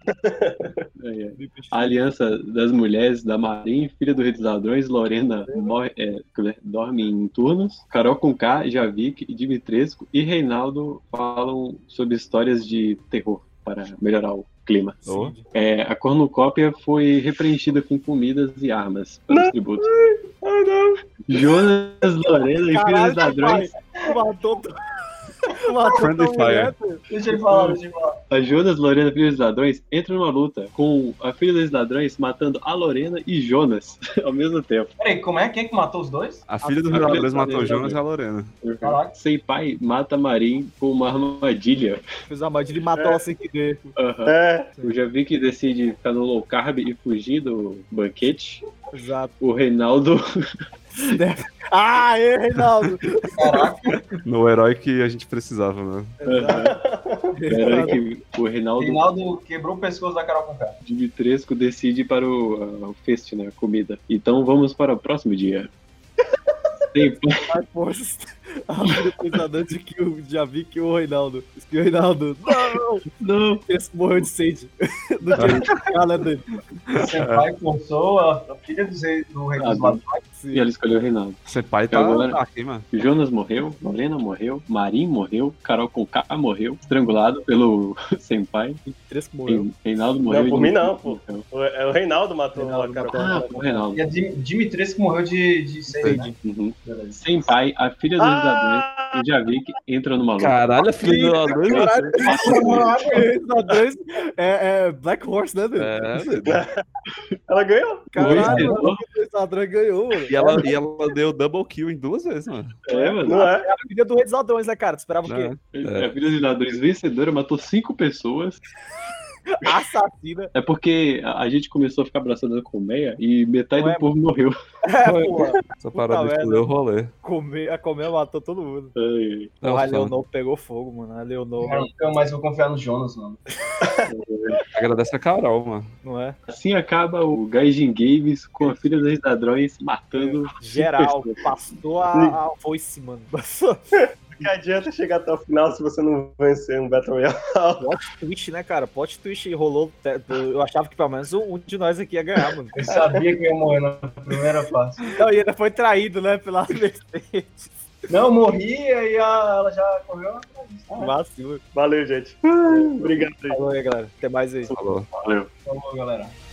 É, é. A aliança das mulheres da Marim, filha do Rei dos Ladrões, Lorena morre- é, né, dorme em turnos. Carol Conká, Javik, Dimitrescu e Reinaldo falam sobre histórias de terror para melhorar o clima. Ô, É, a cornucópia foi repreendida com comidas e armas pelos tributos. Jonas, Lorena e filha Caralho, dos Ladrões pai, matou tu. *laughs* Matou Friendly tua mulher, tu. Deixa ele falar, deixa ele falar. A Jonas, Lorena e Filha dos Ladrões entra numa luta com a Filha dos Ladrões matando a Lorena e Jonas *laughs* ao mesmo tempo. Peraí, como é? Quem é que matou os dois? A filha dos filha jogadores do matou o jogador. Jonas e a Lorena. Caraca. Sem pai mata Marim com uma armadilha. Fez uma armadilha e matou ela sem querer. Aham. É, O Javik decide ficar no low carb e fugir do banquete. Exato. O Reinaldo. Ah, é, *laughs* Reinaldo. Caraca. No herói que a gente precisava, né? Exato. Era que o O Reinaldo Reinaldo quebrou o pescoço da Carol com cara. Dimitrescu decide para o, o fest, né? A comida. Então vamos para o próximo dia. Sem pai. Vai, forças. *laughs* A filha pesadante tá de que eu já vi que o Reinaldo. Que o Reinaldo. Não! Não. Esse morreu de sede. *laughs* Do jeito que né, ela dele. Seu pai forçou a a filha do rei, do rei dos Ah, ladrões. E ela escolheu o Reinaldo. Seu pai tá Agora- tá aqui, mano. Jonas morreu, Lorena morreu, Marim morreu, Carol Conká morreu, estrangulado pelo *laughs* Senpai, Três que morreu. Rein- Reinaldo morreu. Não, e por mim não, pô. morreu. o, é o Reinaldo matou Reinaldo a Carol. matou. Ah, o Reinaldo. E a Di- Dimitrescu morreu de, de sede, né? Uhum. Senpai, a filha dos Ah! ladrões e Javik entram numa luta. Caralho, a filha dos jogadores Caralho, *laughs* pesadante é, é Black Horse, né, velho? É, doido. Ela ganhou? Caralho, Luiz mano, o Zadrão ganhou, mano. E ela, e ela deu double kill em duas vezes, mano. É, mano. Não é? Filha do Rei dos Ladrões, né, cara? Tu esperava o quê? É. A filha dos ladrões vencedora matou cinco pessoas. Assassina. É porque a a gente começou a ficar abraçando a colmeia e metade Ué, do povo morreu. É, porra. Essa Puta parada merda. fudeu o rolê. Comer, a comer matou todo mundo. Ai, Porra, a Nossa, Leonor pegou fogo, mano. A Leonor, Cara, Eu mais vou confiar no Jonas, mano. Agradece a Carol, mano. não é? Assim acaba o Gaijin Games com a filha dos ladrões matando. Geral, passou a, a foice, mano. *laughs* Passou Que adianta chegar até o final se você não vencer um Battle Royale? plot twist, né, cara? Plot twist rolou. Eu achava que pelo menos um de nós aqui ia ganhar, mano. Eu sabia que eu ia morrer na primeira fase. Não, e ainda foi traído, né, pela *laughs* Mercedes. Não, morria e a- ela já correu. Vacilo. Valeu, gente. Obrigado. Falou aí, galera. Até mais aí. Falou. Falou, Então, galera.